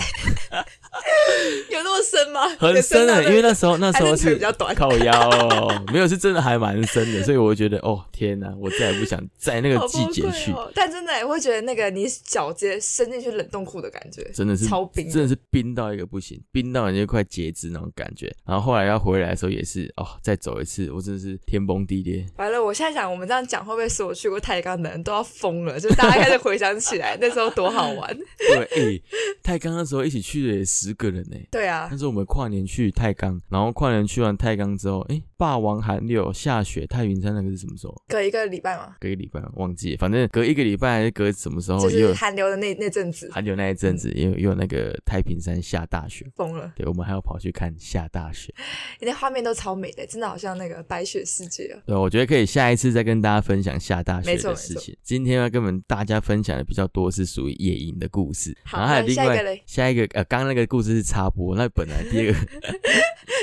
Speaker 1: 有那么深吗？
Speaker 2: 很
Speaker 1: 有
Speaker 2: 深
Speaker 1: 到
Speaker 2: 的，
Speaker 1: 那
Speaker 2: 因为那时候那时
Speaker 1: 还
Speaker 2: 候
Speaker 1: 是腿
Speaker 2: 是
Speaker 1: 比较短。
Speaker 2: 靠腰、哦，没有是真的还蛮深的，所以我就觉得哦天哪，我再也不想在那个
Speaker 1: 好
Speaker 2: 季
Speaker 1: 崩
Speaker 2: 节去
Speaker 1: 溃。哦！但真的，我会觉得那个你脚直接伸进去冷冻库的感觉，
Speaker 2: 真的是
Speaker 1: 超冰
Speaker 2: 真的是冰到一个不行，冰到人就快截肢那种感觉。然后后来要回来的时候也是哦，再走一次，我真的是天崩地裂。
Speaker 1: 完了，我现在想，我们这样讲，会不会所有去过太钢的人都要疯了？就是大家开始回想起 来那时候多好玩。
Speaker 2: 对， 诶，太钢那时候一起去的也十个人欸呢、
Speaker 1: 对啊
Speaker 2: 那，时候我们跨年去太钢，然后跨年去完太钢之后，诶，霸王寒流下雪，太平山那个是什么时候？
Speaker 1: 隔一个礼拜嘛，
Speaker 2: 隔一个礼拜忘记了，反正隔一个礼拜还是隔什么时候
Speaker 1: 就
Speaker 2: 哦也
Speaker 1: 是嗯
Speaker 2: 有
Speaker 1: 寒流的那那阵子，
Speaker 2: 寒流那一阵子，也有也有那个太平山下大雪。
Speaker 1: 疯了，
Speaker 2: 对，我们还要跑去看下大雪。
Speaker 1: 那画面都超美的，真的好像那个白雪世界哦。
Speaker 2: 对，我觉得可以下一次再跟大家分享下大学
Speaker 1: 没错
Speaker 2: 的
Speaker 1: 没
Speaker 2: 事
Speaker 1: 错
Speaker 2: 情。今天要跟我们大家分享的比较多是属于野营的故事，
Speaker 1: 好
Speaker 2: 然后还有
Speaker 1: 那
Speaker 2: 另
Speaker 1: 下一
Speaker 2: 外
Speaker 1: 个嘞
Speaker 2: 下一个呃，刚刚那个故事是插播，那本来第 二个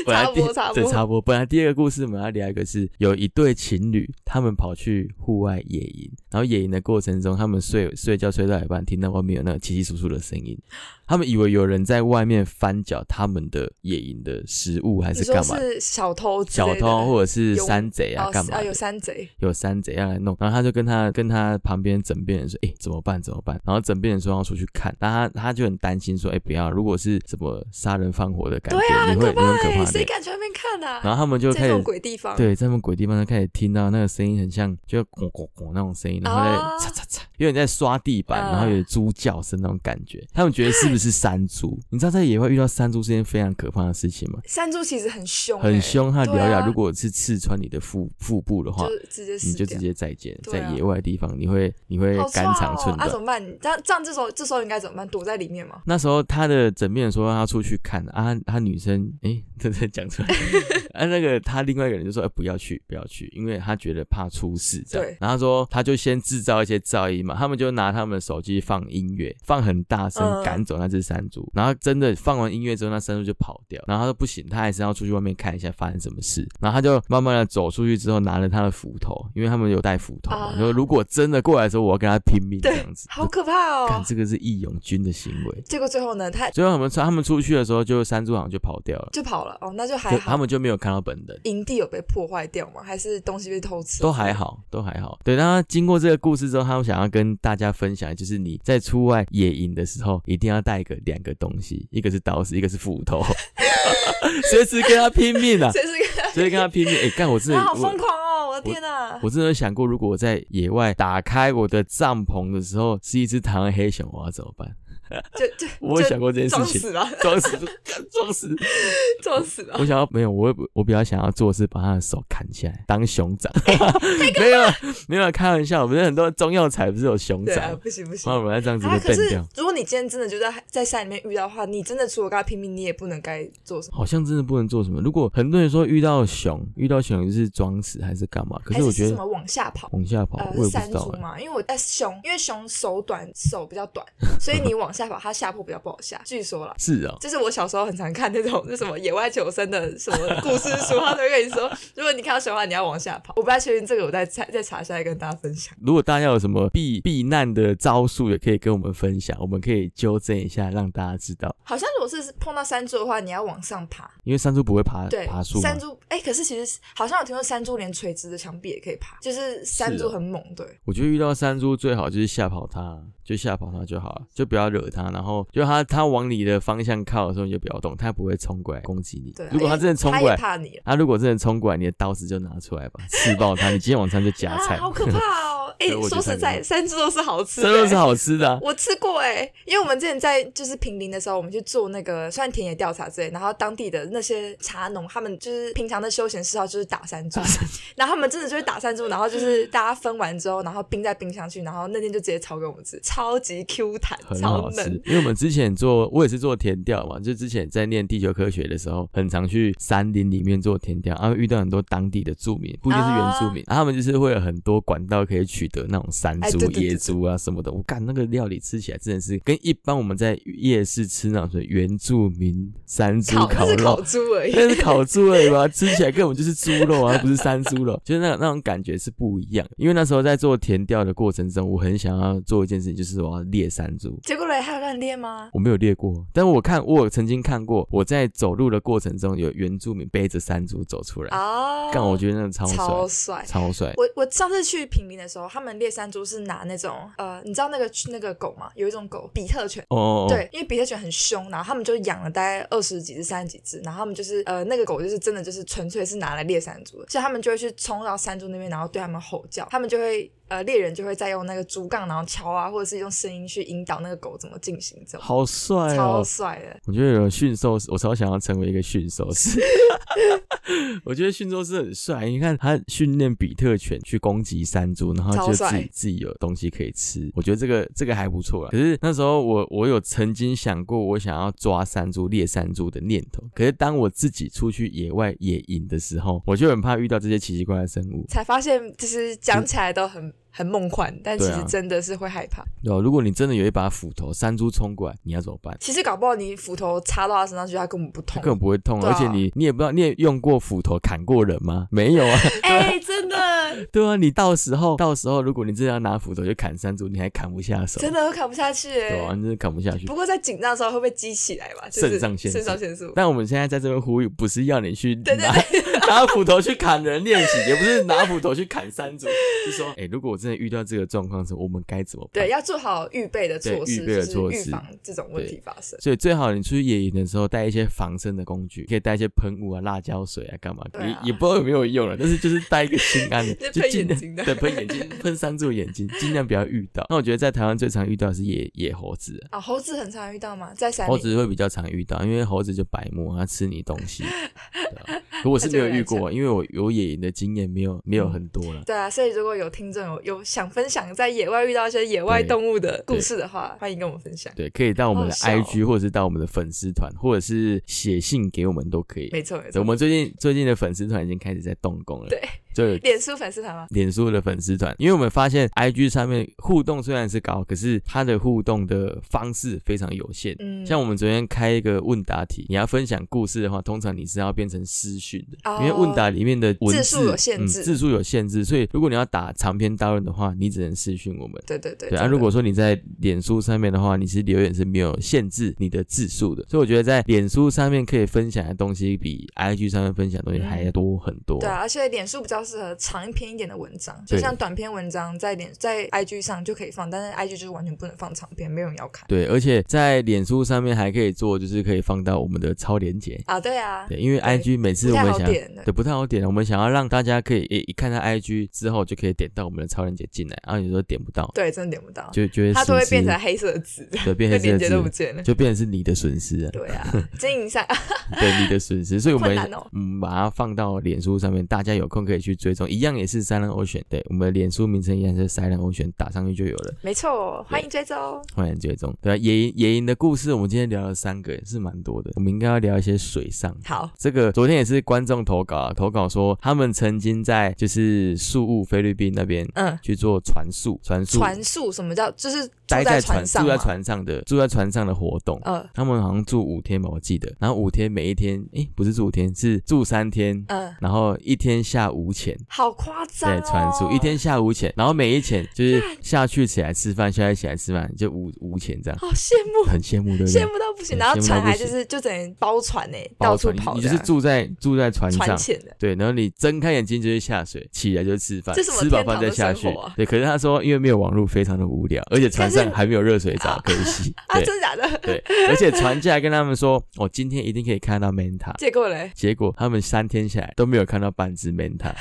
Speaker 2: 本来第
Speaker 1: 插播插播
Speaker 2: 对插播，本来第二个故事我们要聊一个是有一对情侣，他们跑去户外野营，然后野营的过程中，他们睡睡觉睡到一半，听到外面有那个稀稀疏疏的声音，他们以为有人在外面翻搅他们的野营的食物还
Speaker 1: 你
Speaker 2: 是
Speaker 1: 说
Speaker 2: 干嘛。
Speaker 1: 是小偷之类
Speaker 2: 小
Speaker 1: 的
Speaker 2: 偷或者是
Speaker 1: 有
Speaker 2: 山贼啊，
Speaker 1: 哦
Speaker 2: 干
Speaker 1: 是
Speaker 2: 嘛
Speaker 1: 啊
Speaker 2: 的？
Speaker 1: 有山贼，
Speaker 2: 有山贼要来弄，然后他就跟他跟他旁边枕边人说，哎、怎么办怎么办？然后枕边人说要出去看，但他他就很担心说，哎、不要，如果是什么杀人放火的感
Speaker 1: 对
Speaker 2: 觉，
Speaker 1: 啊，很
Speaker 2: 你会
Speaker 1: 可
Speaker 2: 你很
Speaker 1: 怕
Speaker 2: 可
Speaker 1: 哎，
Speaker 2: 怕的
Speaker 1: 谁。敢去那边看
Speaker 2: 然
Speaker 1: 啊？
Speaker 2: 后他们就
Speaker 1: 在
Speaker 2: 开
Speaker 1: 这
Speaker 2: 始
Speaker 1: 种鬼地方，
Speaker 2: 对在他们鬼地方就开始听到那个声音很像，就咣咣咣那种声音，然后在
Speaker 1: 啊
Speaker 2: 嚓嚓嚓，有点在刷地板，
Speaker 1: 嗯
Speaker 2: 然后有猪叫声那种感觉。他们觉得是不是山猪？你知道在野外遇到山猪是件非常可怕的事情吗？
Speaker 1: 山猪其实很凶，
Speaker 2: 很
Speaker 1: 哎，
Speaker 2: 凶，它的
Speaker 1: 对
Speaker 2: 獠牙
Speaker 1: 啊
Speaker 2: 如果是刺穿你的腹腹部的话，
Speaker 1: 就直接
Speaker 2: 你
Speaker 1: 死
Speaker 2: 就直
Speaker 1: 掉。
Speaker 2: 接再见，
Speaker 1: 对
Speaker 2: 在
Speaker 1: 啊
Speaker 2: 野外的地方，你会你会
Speaker 1: 好
Speaker 2: 肝肠
Speaker 1: 帅
Speaker 2: 寸
Speaker 1: 哦！啊，
Speaker 2: 断
Speaker 1: 怎。么办？这样这样，这时候这时候应该怎么办？躲在里面吗？
Speaker 2: 啊那时候他的枕边人说要出去看啊，他女生诶，这这 声 讲出来。啊，那个他另外一个人就说、哎不要去，不要去，因为他觉得怕出事这样
Speaker 1: 对。
Speaker 2: 然后他说他就先制造一些噪音嘛，他们就拿他们的手机放音乐，放很大声
Speaker 1: 嗯
Speaker 2: 赶走那只山猪。然后真的放完音乐之后，那山猪就跑掉。然后他说不行，他还是要出去外面看一下发生什么事。然后他就慢慢的走出去之后，拿了他的斧头，因为他们有带斧头嘛，
Speaker 1: 啊
Speaker 2: 就说如果真的过来的时候，我要跟他拼命这
Speaker 1: 对
Speaker 2: 样子。
Speaker 1: 好可怕
Speaker 2: 看
Speaker 1: 哦。
Speaker 2: 这个是义勇军的行为。
Speaker 1: 结果最后呢，他
Speaker 2: 最后他们出他们出去的时候，就山猪好像就跑掉了，
Speaker 1: 就跑了哦，那就还
Speaker 2: 就
Speaker 1: 好。
Speaker 2: 他们就没有看到本人，
Speaker 1: 营地有被破坏掉吗？还是东西被偷吃？
Speaker 2: 都还好，都还好。对，那经过这个故事之后，他们想要跟大家分享，就是你在出外野营的时候，一定要带个两个东西，一个是刀子，一个是斧 头，随时跟他拼命啊，
Speaker 1: 谁是个？
Speaker 2: 随时跟他拼命。哎、干，我真的
Speaker 1: 他好
Speaker 2: 我
Speaker 1: 疯狂哦！我的天哪、
Speaker 2: 我真的想过，如果我在野外打开我的帐篷的时候，是一只台湾黑熊，我要怎么办？
Speaker 1: 就就
Speaker 2: 我有
Speaker 1: 就
Speaker 2: 想过这件事
Speaker 1: 装
Speaker 2: 情，
Speaker 1: 死了，
Speaker 2: 装死，干装死。
Speaker 1: 装死 了。
Speaker 2: 我想要没有，我我比较想要做的是把他的手砍起来当熊掌，
Speaker 1: 哎
Speaker 2: 没有啊没有啊开玩笑，不是很多中药材不是有熊
Speaker 1: 对
Speaker 2: 掌，
Speaker 1: 啊，不行不行
Speaker 2: 然。后我们要这样子
Speaker 1: 啊！
Speaker 2: 被
Speaker 1: 可
Speaker 2: 炖
Speaker 1: 是
Speaker 2: 掉，，
Speaker 1: 如果你今天真的就在在山里面遇到的话，你真的除了跟他拼命，你也不能该做什么。
Speaker 2: 好像真的不能做什么。如果很多人说遇到熊，遇到熊就是装死还是干嘛，可
Speaker 1: 还是
Speaker 2: 我觉
Speaker 1: 什
Speaker 2: 得
Speaker 1: 么往下跑？
Speaker 2: 往下跑，
Speaker 1: 呃，
Speaker 2: 我也不
Speaker 1: 山
Speaker 2: 知道
Speaker 1: 猪
Speaker 2: 欸、
Speaker 1: 嘛，因为我在呃熊，因为熊手短，手比较短，所以你往下跑，它下坡比较不好下。据说啦，
Speaker 2: 是哦，
Speaker 1: 这是我小时候很常看那种那什么野外求生的什么故事书，他都会跟你说，如果你看到熊的话，你要往下跑。我不太确定这个，我再查再查下来跟大家分享。
Speaker 2: 如果大家有什么避避难的招数，也可以跟我们分享，我们可以纠正一下，让大家知道。
Speaker 1: 好像如果是碰到山猪的话，你要往上爬。
Speaker 2: 因为山猪不会爬
Speaker 1: 对
Speaker 2: 呃爬树，嘛。
Speaker 1: 山猪，哎、可是其实好像有听说山猪连垂直的墙壁也可以爬，就是山
Speaker 2: 是
Speaker 1: 猪
Speaker 2: 哦
Speaker 1: 很猛，对。
Speaker 2: 我觉得遇到山猪最好就是吓跑它，就吓跑它就好了，就不要惹它。然后就它它往你的方向靠的时候，你就不要动，它不会冲过来攻击你
Speaker 1: 对啊，。
Speaker 2: 如果它
Speaker 1: 因为
Speaker 2: 真的冲
Speaker 1: 它
Speaker 2: 过
Speaker 1: 也
Speaker 2: 来，
Speaker 1: 怕你了
Speaker 2: 它如果真的冲过来，你的刀子就拿出来吧，刺爆它。你今天晚上就夹
Speaker 1: 啊，
Speaker 2: 菜，
Speaker 1: 好可怕 哦！哎、
Speaker 2: 对我觉
Speaker 1: 说
Speaker 2: 得它
Speaker 1: 实在，
Speaker 2: 很
Speaker 1: 山猪肉是好吃
Speaker 2: 这
Speaker 1: 的、
Speaker 2: 都是好吃的 啊、
Speaker 1: 我吃过哎、因为我们之前在就是平林的时候，我们去做那个算田野调查之类，然后当地的那些茶农，他们就是平常的休闲嗜好就是打山猪， 然后他们真的就是打山猪，然后就是大家分完之后，然后冰在冰箱去，然后那天就直接炒给我们吃，超级 Q 弹，
Speaker 2: 很
Speaker 1: 超
Speaker 2: 好吃
Speaker 1: 嫩。，
Speaker 2: 因为我们之前做，我也是做田调嘛，就之前在念地球科学的时候，很常去山林里面做田调，然后遇到很多当地的住民，不一定是原住民，然后他们就是会有很多管道可以取得那种山
Speaker 1: 啊哎
Speaker 2: 猪
Speaker 1: 对、对对
Speaker 2: 野猪啊什么的。我干那个料理吃起来真的是跟一般我们在夜市吃那种什么原住民山猪
Speaker 1: 烤那
Speaker 2: 烤
Speaker 1: 是
Speaker 2: 肉
Speaker 1: 烤。猪而已，
Speaker 2: 那是烤猪而已吧，吃起来根本就是猪肉啊，不是山猪肉，就是那那种感觉是不一样的。因为那时候在做田调的过程中，我很想要做一件事情，就是我要猎山猪。
Speaker 1: 结果嘞还有让你练吗？
Speaker 2: 我没有猎过，但我看我有曾经看过，我在走路的过程中有原住民背着山猪走出来，
Speaker 1: 啊，
Speaker 2: 干、我觉得那个超
Speaker 1: 超
Speaker 2: 帅，
Speaker 1: 帅。
Speaker 2: 超帅。
Speaker 1: 我我上次去平林的时候，他们猎山猪是拿那种呃，你知道那个那个狗吗？有一种狗比特犬，
Speaker 2: 哦哦哦，
Speaker 1: 对，因为比特犬很凶，然后他们就养了大概二十几只、三十几只，然后他们就是呃，那个狗就是真的就是纯粹是拿来猎山猪的，所以他们就会去冲到山猪那边，然后对他们吼叫，他们就会呃猎人就会再用那个竹杠然后敲啊，或者是用声音去引导那个狗怎么进行这种。
Speaker 2: 好帅
Speaker 1: 超
Speaker 2: 哦！
Speaker 1: 帅的，
Speaker 2: 我觉得有驯兽师，我超想要成为一个驯兽师。 我觉得驯兽师很帅，你看他训练比特犬去攻击山猪，然后就
Speaker 1: 超
Speaker 2: 自
Speaker 1: 帅
Speaker 2: 己自己有东西可以吃。我觉得这个这个还不错啦。可是那时候我我有曾经想过我想要抓山猪、猎山猪的念头，可是当我自己出去野外野营的时候，我就很怕遇到这些奇奇怪怪的生物。
Speaker 1: 才发现就是讲起来都很很梦幻，但其
Speaker 2: 对啊
Speaker 1: 实真的是会害怕。
Speaker 2: 对、哦，如果你真的有一把斧头，山猪冲过来，你要怎么办？
Speaker 1: 其实搞不好你斧头插到它身上去，它根本不痛
Speaker 2: 根。本不会痛，
Speaker 1: 对
Speaker 2: 而
Speaker 1: 啊
Speaker 2: 且你你也不知道，你也用过斧头砍过人吗？没有啊，
Speaker 1: 哎、真的
Speaker 2: 对啊，你到时候到时候如果你真的要拿斧头去砍山猪，你还砍不下 手，
Speaker 1: 真的会砍不下去哎、
Speaker 2: 对啊，你真的砍不下去。
Speaker 1: 不过在紧张的时候会被激起来吧，就是
Speaker 2: 肾上腺素
Speaker 1: 肾上腺素。
Speaker 2: 但我们现在在这边呼吁，不是要你去拿
Speaker 1: 对对
Speaker 2: 拿斧头去砍人练习，也不是拿斧头去砍山猪，是说，哎、如果我真的遇到这个状况的时候，我们该怎么办？
Speaker 1: 对，要做好预备的措
Speaker 2: 对
Speaker 1: 施，
Speaker 2: 预备的措施
Speaker 1: 就是预防这种问题发生。
Speaker 2: 所以最好你出去野营的时候带一些防身的工具，可以带一些喷雾啊、辣椒水啊，干嘛？
Speaker 1: 对啊
Speaker 2: 也也不知道有没有用了，但是就是带一个心安的
Speaker 1: 那，
Speaker 2: 就
Speaker 1: 喷
Speaker 2: 尽
Speaker 1: 眼
Speaker 2: 量
Speaker 1: 睛的
Speaker 2: 对喷眼睛、喷山猪眼睛，尽量不要遇到。那我觉得在台湾最常遇到的是野野猴子啊、
Speaker 1: 啊、猴子很常遇到吗？在山
Speaker 2: 猴
Speaker 1: 里，
Speaker 2: 子会比较常遇到，因为猴子就白目，它吃你东西。对啊可我是
Speaker 1: 那就
Speaker 2: 没有
Speaker 1: 很
Speaker 2: 遇
Speaker 1: 难讲
Speaker 2: 过，因为我有野营的经验没有没有很多了。
Speaker 1: 对啊，所以如果有听众有有想分享在野外遇到一些野外
Speaker 2: 对
Speaker 1: 动物的故事的话，欢迎跟我们分享。
Speaker 2: 对，可以到我们的
Speaker 1: 好好笑哦
Speaker 2: IG，或者是到我们的粉丝团，或者是写信给我们都可以。
Speaker 1: 没错没
Speaker 2: 对
Speaker 1: 错，
Speaker 2: 我们最近最近的粉丝团已经开始在动工了，
Speaker 1: 对，
Speaker 2: 就有
Speaker 1: 脸书粉丝团吗？
Speaker 2: 脸书的粉丝团，因为我们发现 IG 上面互动虽然是高，可是它的互动的方式非常有限。
Speaker 1: 嗯，
Speaker 2: 像我们昨天开一个问答题，你要分享故事的话，通常你是要变成私讯的，
Speaker 1: 哦
Speaker 2: 因为问答里面的文
Speaker 1: 字
Speaker 2: 字
Speaker 1: 数有限制
Speaker 2: 嗯，字数有限制，所以如果你要打长篇大论的话，你只能私讯我们。
Speaker 1: 对对对，
Speaker 2: 对
Speaker 1: 真
Speaker 2: 啊，
Speaker 1: 的
Speaker 2: 如果说你在脸书上面的话，你是留言是没有限制你的字数的，所以我觉得在脸书上面可以分享的东西比 IG 上面分享的东西还要多很多。
Speaker 1: 对啊，而且脸书比较适合长篇一点的文章，就
Speaker 2: 对
Speaker 1: 像短篇文章在脸在 IG 上就可以放，但是 IG 就是完全不能放长篇，没有人要看
Speaker 2: 对，而且在脸书上面还可以做，就是可以放到我们的超链接。
Speaker 1: 啊。对啊，
Speaker 2: 对，因为 IG 每次
Speaker 1: 不
Speaker 2: 我
Speaker 1: 太
Speaker 2: 们
Speaker 1: 好
Speaker 2: 想
Speaker 1: 点的。
Speaker 2: 对，不太好点。我们想要让大家可以诶一看到 IG 之后就可以点到我们的超链接进来，啊然后有时候点不到，
Speaker 1: 对，真的点不到，
Speaker 2: 就就会
Speaker 1: 它都会
Speaker 2: 损失
Speaker 1: 变成黑色的字，
Speaker 2: 对变
Speaker 1: 就
Speaker 2: 成
Speaker 1: 连
Speaker 2: 这
Speaker 1: 接都
Speaker 2: 个
Speaker 1: 不
Speaker 2: 字，
Speaker 1: 见了。
Speaker 2: 就变成是你的损失啊，
Speaker 1: 对 啊，经营一下，
Speaker 2: 对你的损失。所以我们
Speaker 1: 困难哦
Speaker 2: 嗯把它放到脸书上面，大家有空可以去追踪，一样也是 Silent Ocean。对，我们的脸书名称一样是 Silent Ocean，打上去就有了，
Speaker 1: 没错，欢迎追踪。
Speaker 2: 欢迎追踪。对啊，野营野营的故事，我们今天聊了三个，也是蛮多的。我们应该要聊一些水上。
Speaker 1: 好，
Speaker 2: 这个昨天也是观众投稿、啊，投稿说他们曾经在就是宿务菲律宾那边
Speaker 1: 嗯，
Speaker 2: 去做船宿，船宿
Speaker 1: 船宿什么叫就是住
Speaker 2: 待
Speaker 1: 在
Speaker 2: 船
Speaker 1: 上
Speaker 2: 住在
Speaker 1: 嘛，
Speaker 2: 船上的住在船上的活动。
Speaker 1: 呃
Speaker 2: 他们好像住五天吧，我记得。然后五天，每一天，诶，不是住五天，是住三天，
Speaker 1: 嗯，
Speaker 2: 然后一天下五潜，
Speaker 1: 好夸张
Speaker 2: 在
Speaker 1: 哦，
Speaker 2: 船宿，一天下五潜，然后每一潜就是下去起来吃饭，下去起来吃饭，就五五潜这样，
Speaker 1: 好羡慕，
Speaker 2: 很羡慕，对不
Speaker 1: 羡？
Speaker 2: 对
Speaker 1: 慕到不行。
Speaker 2: 对
Speaker 1: 然后
Speaker 2: 羡慕到
Speaker 1: 船
Speaker 2: 不
Speaker 1: 还就
Speaker 2: 行
Speaker 1: 是就整人包船呢，
Speaker 2: 包
Speaker 1: 到处
Speaker 2: 船
Speaker 1: 跑
Speaker 2: 你
Speaker 1: 的，
Speaker 2: 就是住在住在船上
Speaker 1: 船，潜的。
Speaker 2: 对，然后你睁开眼睛就是下水，起来就是吃饭，
Speaker 1: 这是我
Speaker 2: 吃饱饭再下去
Speaker 1: 天堂的生活啊。
Speaker 2: 对，可是他说因为没有网络，非常的无聊，而且船
Speaker 1: 但
Speaker 2: 上
Speaker 1: 是
Speaker 2: 还没有热水澡可以洗。
Speaker 1: 啊，真的假 的？
Speaker 2: 对对，而且船家还跟他们说，我、今天一定可以看到 manta，
Speaker 1: 结果嘞，
Speaker 2: 结果他们三天下来都没有看到半只 manta，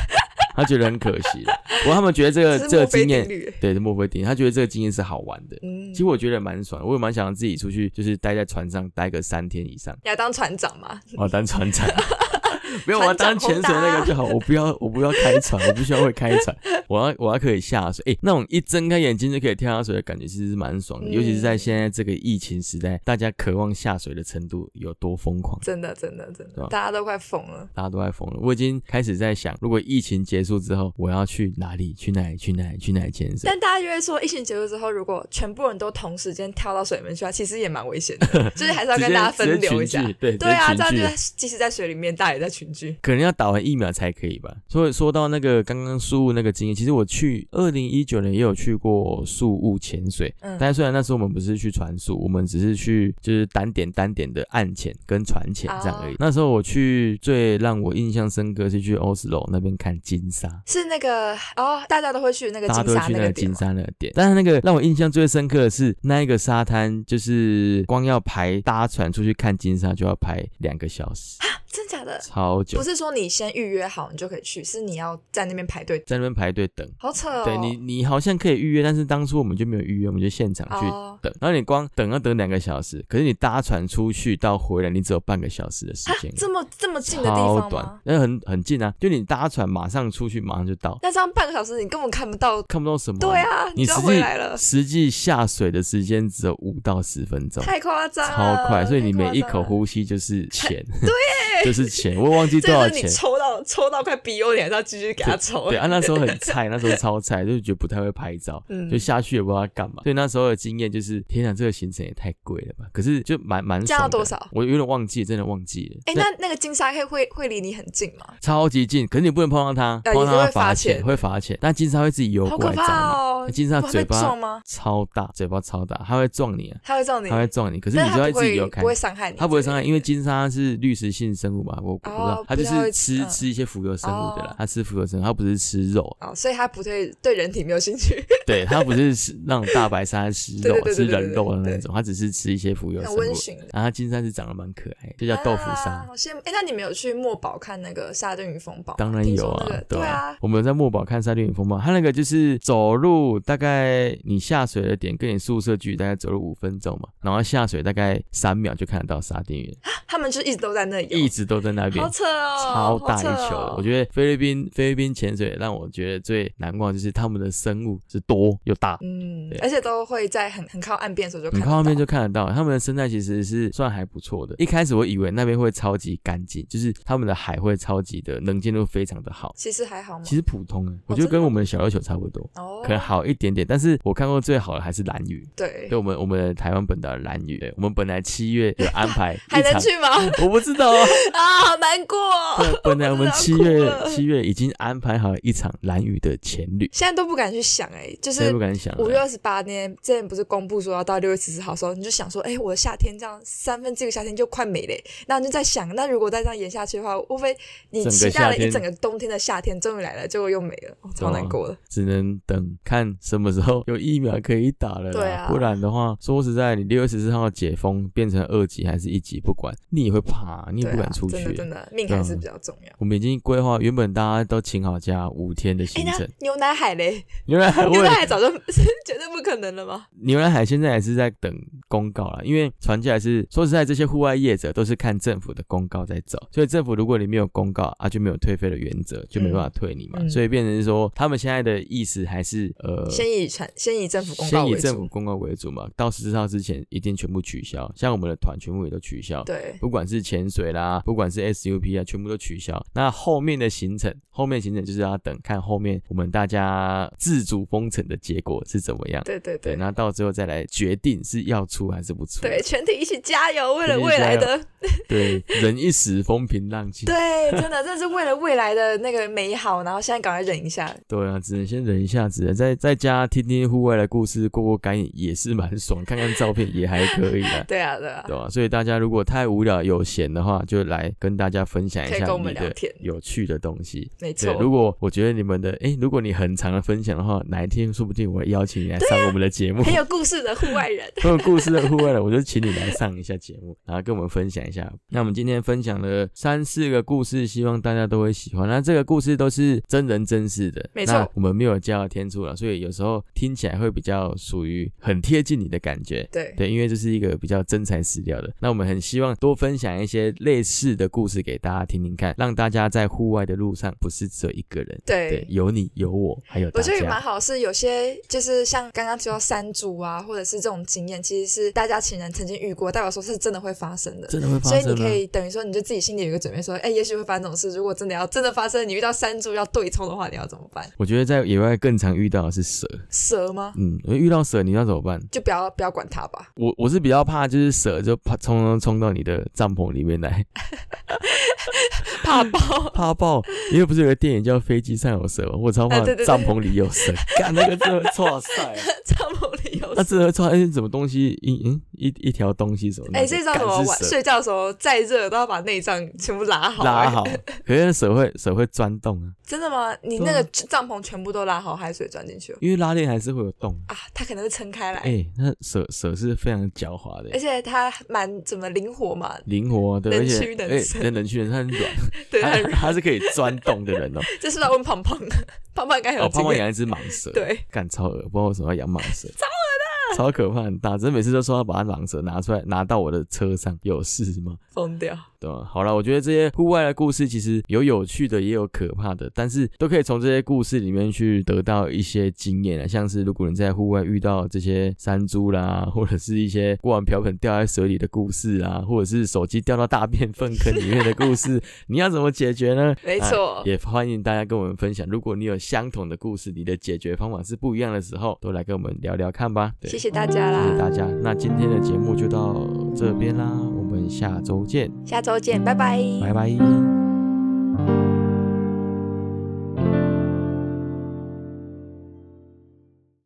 Speaker 2: 他觉得很可惜了。不过他们觉得这个
Speaker 1: 这是
Speaker 2: 这个
Speaker 1: 墨菲
Speaker 2: 经
Speaker 1: 定
Speaker 2: 验，
Speaker 1: 律。
Speaker 2: 对，墨菲定律，他觉得这个经验是好玩的。
Speaker 1: 嗯
Speaker 2: 其，实我觉得蛮爽，我也蛮想自己出去，就是待在船上待个三天以上。
Speaker 1: 你要当船长嘛？
Speaker 2: 我要当船长， 没有，我要
Speaker 1: 船
Speaker 2: 当
Speaker 1: 长
Speaker 2: 潜水那个就好。我不要，我不要开船，我不需要会开船， 我要我要可以下水。哎、那种一睁开眼睛就可以跳下水的感觉，其实是蛮爽的。
Speaker 1: 嗯
Speaker 2: 尤其是在现在这个疫情时代，大家渴望下水的程度有多疯狂。
Speaker 1: 真的，真的，真
Speaker 2: 对
Speaker 1: 的
Speaker 2: 啊，
Speaker 1: 大家都快疯了。
Speaker 2: 大家都在疯了，我已经开始在想，如果疫情结束之后，我要去哪里？去哪里？去哪里？去哪里潜水？
Speaker 1: 但大家就会说，疫情结束之后，如果全部人都同时间跳到水里面去啊，其实也蛮危险 的，就是还是要
Speaker 2: 直
Speaker 1: 跟
Speaker 2: 接
Speaker 1: 大家
Speaker 2: 直
Speaker 1: 分
Speaker 2: 接
Speaker 1: 流
Speaker 2: 群
Speaker 1: 一下
Speaker 2: 聚。对，
Speaker 1: 对啊，
Speaker 2: 直
Speaker 1: 这
Speaker 2: 接
Speaker 1: 样
Speaker 2: 群聚
Speaker 1: 就即使在水里面，大家也在群聚。
Speaker 2: 可能要打完疫苗才可以吧。所以说到那个刚刚宿雾那个经验，其实我去二零一九年也有去过宿雾潜水，
Speaker 1: 嗯
Speaker 2: 但虽然那时候我们不是去船宿，我们只是去就是单点单点的岸潜跟船潜这样而已。
Speaker 1: 哦
Speaker 2: 那时候我去最让我印象深刻是去 Oslo 那边看金沙。
Speaker 1: 是那个哦，大家都会去那个
Speaker 2: 大家
Speaker 1: 金
Speaker 2: 都会
Speaker 1: 沙
Speaker 2: 去
Speaker 1: 那
Speaker 2: 那个
Speaker 1: 点
Speaker 2: 金
Speaker 1: 吗，
Speaker 2: 沙那个点，但是那个让我印象最深刻的是那一个沙滩，就是光要排搭船出去看金沙就要排两个小时，
Speaker 1: 真假的？
Speaker 2: 超久
Speaker 1: 不，是说你先预约好你就可以去，是你要在那边排队，
Speaker 2: 在那边排队等。
Speaker 1: 好扯哦。
Speaker 2: 对你，你好像可以预约，但是当初我们就没有预约，我们就现场去
Speaker 1: 哦，
Speaker 2: 等。然后你光等要等两个小时，可是你搭船出去到回来，你只有半个小时的时间，
Speaker 1: 啊这么这么近的地
Speaker 2: 超
Speaker 1: 方
Speaker 2: 短
Speaker 1: 吗？，
Speaker 2: 那很很近啊！就你搭船马上出去，马上就到，
Speaker 1: 那这样半个小时你根本看不到。
Speaker 2: 看不到什么。
Speaker 1: 对，啊，
Speaker 2: 你
Speaker 1: 就要
Speaker 2: 实
Speaker 1: 回来了
Speaker 2: 际，实际下水的时间只有五到十分钟。
Speaker 1: 太夸张了，
Speaker 2: 超快，所以你
Speaker 1: 太夸
Speaker 2: 每一
Speaker 1: 张
Speaker 2: 口
Speaker 1: 了。
Speaker 2: 呼吸就是钱，对， 就是钱。我忘记
Speaker 1: 这
Speaker 2: 多
Speaker 1: 就是
Speaker 2: 少
Speaker 1: 你
Speaker 2: 钱，
Speaker 1: 抽到抽到快 BO，你还是要继续给他抽。
Speaker 2: 对啊，那时候很菜，那时候超菜，就觉得不太会拍照，
Speaker 1: 嗯
Speaker 2: 就下去也不知道要干嘛。所以那时候的经验就是，天哪，这个行程也太贵了吧！可是就蛮蛮
Speaker 1: 这样
Speaker 2: 爽
Speaker 1: 要
Speaker 2: 的。
Speaker 1: 多少
Speaker 2: 我有点忘记，真的忘记了。
Speaker 1: 哎，
Speaker 2: 对
Speaker 1: 那那个金沙黑会会离你很近吗？
Speaker 2: 超级近，可是你不能碰到它，
Speaker 1: 呃
Speaker 2: 碰到
Speaker 1: 也是
Speaker 2: 它
Speaker 1: 会罚
Speaker 2: 钱，
Speaker 1: 钱
Speaker 2: 会罚钱。但金沙会自己游
Speaker 1: 好
Speaker 2: 过
Speaker 1: 可
Speaker 2: 来找
Speaker 1: 怕
Speaker 2: 你，
Speaker 1: 哦！
Speaker 2: 金沙
Speaker 1: 不会
Speaker 2: 嘴
Speaker 1: 被
Speaker 2: 巴
Speaker 1: 撞吗？
Speaker 2: 超大，嘴巴超大，它会撞你啊，
Speaker 1: 它会撞你
Speaker 2: 它，会撞你。可是
Speaker 1: 但
Speaker 2: 你
Speaker 1: 它
Speaker 2: 就
Speaker 1: 不
Speaker 2: 要自己
Speaker 1: 会
Speaker 2: 游开
Speaker 1: 不。会伤害你，
Speaker 2: 它不会伤害，因为金沙是滤食性生物嘛，我我不知道
Speaker 1: 哦，
Speaker 2: 它就
Speaker 1: 不太
Speaker 2: 是
Speaker 1: 会
Speaker 2: 吃
Speaker 1: 嗯
Speaker 2: 吃一些浮游生物的啦
Speaker 1: 哦，
Speaker 2: 它吃浮游生物，它不是吃肉，啊
Speaker 1: 哦，所以它不对对人体没有兴趣，
Speaker 2: 对，它不是吃那种大白鲨吃肉
Speaker 1: 对、对对
Speaker 2: 吃
Speaker 1: 对对
Speaker 2: 人肉的
Speaker 1: 对
Speaker 2: 那种，它只是吃一些浮游 生
Speaker 1: 很
Speaker 2: 物。
Speaker 1: 温驯的。
Speaker 2: 然后它金沙是长得蛮可爱的，就叫豆腐鲨。
Speaker 1: 啊好羡慕！哎、那你们有去墨宝看那个沙丁鱼风暴吗？
Speaker 2: 当然
Speaker 1: 听
Speaker 2: 有
Speaker 1: 说
Speaker 2: 啊，
Speaker 1: 那个
Speaker 2: 对
Speaker 1: 对啊，
Speaker 2: 我们有在墨宝看沙丁鱼风暴，它那个就是走路大概你下水的点跟你宿舍距离大概走路五分钟嘛，然后下水大概三秒就看得到沙丁鱼，
Speaker 1: 他们就一直都在那里游，哦
Speaker 2: 一直直都在那边
Speaker 1: 哎好。扯哦，
Speaker 2: 超大一球的，我
Speaker 1: 得
Speaker 2: 觉得菲律宾菲律宾潜水让我觉得最难忘就是他们的生物是多又大，
Speaker 1: 嗯
Speaker 2: 对，
Speaker 1: 而且都会在很很靠岸边的时候就
Speaker 2: 你
Speaker 1: 看
Speaker 2: 看后面
Speaker 1: 得
Speaker 2: 就看得到，他们的生态其实是算还不错的。一开始我以为那边会超级干净，就是他们的海会超级的能见度非常的好
Speaker 1: 到，其实还好吗？
Speaker 2: 其实普通欸，我
Speaker 1: 哦
Speaker 2: 觉得
Speaker 1: 真的
Speaker 2: 跟
Speaker 1: 吗
Speaker 2: 我们的小琉球差不多，
Speaker 1: 哦
Speaker 2: 可，能好一点点。但是我看过最好的还是蓝屿，
Speaker 1: 对
Speaker 2: 对，我们我们的台湾本岛的蓝屿，对我们本来七月有安排
Speaker 1: 还
Speaker 2: 一
Speaker 1: 能
Speaker 2: 场，
Speaker 1: 去吗？
Speaker 2: 我不 知道啊。
Speaker 1: 啊，好难过哦，
Speaker 2: 对，本来我们
Speaker 1: 我
Speaker 2: 七
Speaker 1: 真的要哭
Speaker 2: 月
Speaker 1: 了
Speaker 2: 七月已经安排好一场蓝屿的潜旅，
Speaker 1: 现在都不敢去想哎，就
Speaker 2: 真
Speaker 1: 是
Speaker 2: 不敢想啊。
Speaker 1: 五月二十八那天，之前不是公布说要到六月十四号的时候，你就想说，哎、我的夏天这样三分之一个夏天就快没嘞、那你就在想，那如果再这样延下去的话，会不会你
Speaker 2: 整个
Speaker 1: 期待
Speaker 2: 夏
Speaker 1: 了
Speaker 2: 天
Speaker 1: 一整个冬天的夏天终于来了，结果又没了，
Speaker 2: 啊
Speaker 1: 哦、超难过的。
Speaker 2: 只能等看什么时候有疫苗可以打了啦。
Speaker 1: 对啊
Speaker 2: 不然的话，说实在，你六月十四号解封变成二级还是一级，不管你也会怕，你也
Speaker 1: 对
Speaker 2: 不敢
Speaker 1: 啊
Speaker 2: 出，去。
Speaker 1: 真的真的，命还是比较重要。
Speaker 2: 我们已经规划，原本大家都请好假五天的
Speaker 1: 哎、
Speaker 2: 行
Speaker 1: 那
Speaker 2: 程，
Speaker 1: 牛奶海嘞？
Speaker 2: 牛 奶海
Speaker 1: 牛奶
Speaker 2: 问
Speaker 1: 海早就是绝对不可能了吗？
Speaker 2: 牛奶海现在也是在等公告啦，因为传起来是说实在，这些户外业者都是看政府的公告在走，所以政府如果你没有公告啊，就没有退费的原则，就没办法退你嘛，
Speaker 1: 嗯嗯
Speaker 2: 所以变成是说他们现在的意思还是呃，
Speaker 1: 先以传，先以政府公告
Speaker 2: 先
Speaker 1: 为
Speaker 2: 以政府
Speaker 1: 主。
Speaker 2: 公告为主嘛，到十四号之前一定全部取消，像我们的团全部也都取消。
Speaker 1: 对，
Speaker 2: 不管是潜水啦，不管是 SUP 啊，全部都取消。那后面的行程，后面行程就是要等看后面我们大家自主封城的结果是怎么样。
Speaker 1: 对对
Speaker 2: 对，
Speaker 1: 对
Speaker 2: 那到最后再来决定是要出还是不出。
Speaker 1: 对，全体一起加油，为了
Speaker 2: 全体
Speaker 1: 未来
Speaker 2: 加
Speaker 1: 的
Speaker 2: 对，人一时风平浪静。
Speaker 1: 对，真的，这是为了未来的那个美好，然后现在赶快忍一下。
Speaker 2: 对啊，只能先忍一下，只能在在家听听户外的故事，过过干瘾也是蛮爽，看看照片也还可以 啊。
Speaker 1: 对啊，对啊，
Speaker 2: 对吧、所以大家如果太无聊有闲的话，就来跟大家分享一
Speaker 1: 可以
Speaker 2: 下
Speaker 1: 跟我
Speaker 2: 你
Speaker 1: 们聊
Speaker 2: 的
Speaker 1: 天
Speaker 2: 有趣的东西。
Speaker 1: 没
Speaker 2: 对
Speaker 1: 错，。
Speaker 2: 如果我觉得你们的，诶，如果你很长的分享的话，哪一天说不定我会邀请你来
Speaker 1: 啊
Speaker 2: 上我们的节目。
Speaker 1: 很有故事的户外人，
Speaker 2: 很有故事的户外的，我就请你来上一下节目，然后跟我们分享一下。那我们今天分享了三四个故事，希望大家都会喜欢。那这个故事都是真人真事的，
Speaker 1: 没错
Speaker 2: 那我们没有加到天助了，所以有时候听起来会比较属于很贴近你的感觉。
Speaker 1: 对，
Speaker 2: 对，因为这是一个比较真材实料的。那我们很希望多分享一些类似的故事给大家听听看，让大家在户外的路上不是只有一个人，
Speaker 1: 对
Speaker 2: 对，有你有我，还有大
Speaker 1: 我
Speaker 2: 家。
Speaker 1: 觉得也蛮好，是有些就是像刚刚提到山竹啊，或者是这种经验，其实是大家情人曾经遇过，代表说是真的会发生的。
Speaker 2: 真的会
Speaker 1: 所
Speaker 2: 发
Speaker 1: 以你
Speaker 2: 生吗
Speaker 1: 可？以等于说，你就自己心里有一个准备，说，哎、也许会发生这种事。如果真的要真的发生，你遇到山猪要对冲的话，你要怎么办？
Speaker 2: 我觉得在野外更常遇到的是蛇，
Speaker 1: 蛇吗？
Speaker 2: 嗯，因为遇到蛇你要怎么办？
Speaker 1: 就不要不要管它吧。
Speaker 2: 我我是比较怕，就是蛇就怕冲冲冲到你的帐篷里面来，
Speaker 1: 怕爆，
Speaker 2: 怕爆。因为不是有个电影叫《飞机上有蛇》吗？我超怕
Speaker 1: 啊对对对
Speaker 2: 帐篷里有蛇，干那个真的会哇塞，
Speaker 1: 帐篷里有
Speaker 2: 那
Speaker 1: 蛇。
Speaker 2: 真的会穿哎，什么东西一嗯一一条东西什么的？
Speaker 1: 哎、这知道什么？
Speaker 2: 干
Speaker 1: 晚
Speaker 2: 是蛇
Speaker 1: 睡觉的时候再热都要把内脏全部拉好、
Speaker 2: 拉
Speaker 1: 哎
Speaker 2: 好，可是蛇会蛇会钻洞啊，
Speaker 1: 真的吗？你
Speaker 2: 对
Speaker 1: 那
Speaker 2: 啊
Speaker 1: 个帐篷全部都拉好，海水钻进去了
Speaker 2: 因为拉链还是会有洞。
Speaker 1: 啊？它可能会撑开来，
Speaker 2: 哎，那蛇蛇是非常狡猾的
Speaker 1: 而。且它蛮怎么灵活嘛？
Speaker 2: 灵活啊，对，而
Speaker 1: 能
Speaker 2: 且
Speaker 1: 屈能
Speaker 2: 哎，
Speaker 1: 伸
Speaker 2: 人能屈能伸，它很软，
Speaker 1: 对，
Speaker 2: 它
Speaker 1: 很
Speaker 2: 它是可以钻洞的 人哦。
Speaker 1: 这是不是要问胖胖？胖胖应该很有
Speaker 2: 哦，
Speaker 1: 经
Speaker 2: 胖胖
Speaker 1: 验。
Speaker 2: 养一只蟒蛇，
Speaker 1: 对，
Speaker 2: 干超恶，不知道为什么要养蟒蛇，超恶的，超可怕，很大，真的每次都说要把它蟒蛇拿出来，拿到我的车上，有事吗？
Speaker 1: 疯掉。
Speaker 2: 对吧？好了，我觉得这些户外的故事其实有有趣的，也有可怕的，但是都可以从这些故事里面去得到一些经验啊。像是如果你在户外遇到这些山猪啦，或者是一些锅碗瓢盆掉在水里的故事啊，或者是手机掉到大便粪坑里面的 故事，你要怎么解决呢？
Speaker 1: 没
Speaker 2: 啊
Speaker 1: 错
Speaker 2: 也欢迎大家跟我们分享。如果你有相同的故事，你的解决方法是不一样的时候，都来跟我们聊聊看吧。对
Speaker 1: 谢谢大家
Speaker 2: 谢谢
Speaker 1: 啦，
Speaker 2: 大家，那今天的节目就到这边啦，我们下周见，
Speaker 1: 下周见，拜拜
Speaker 2: 拜拜。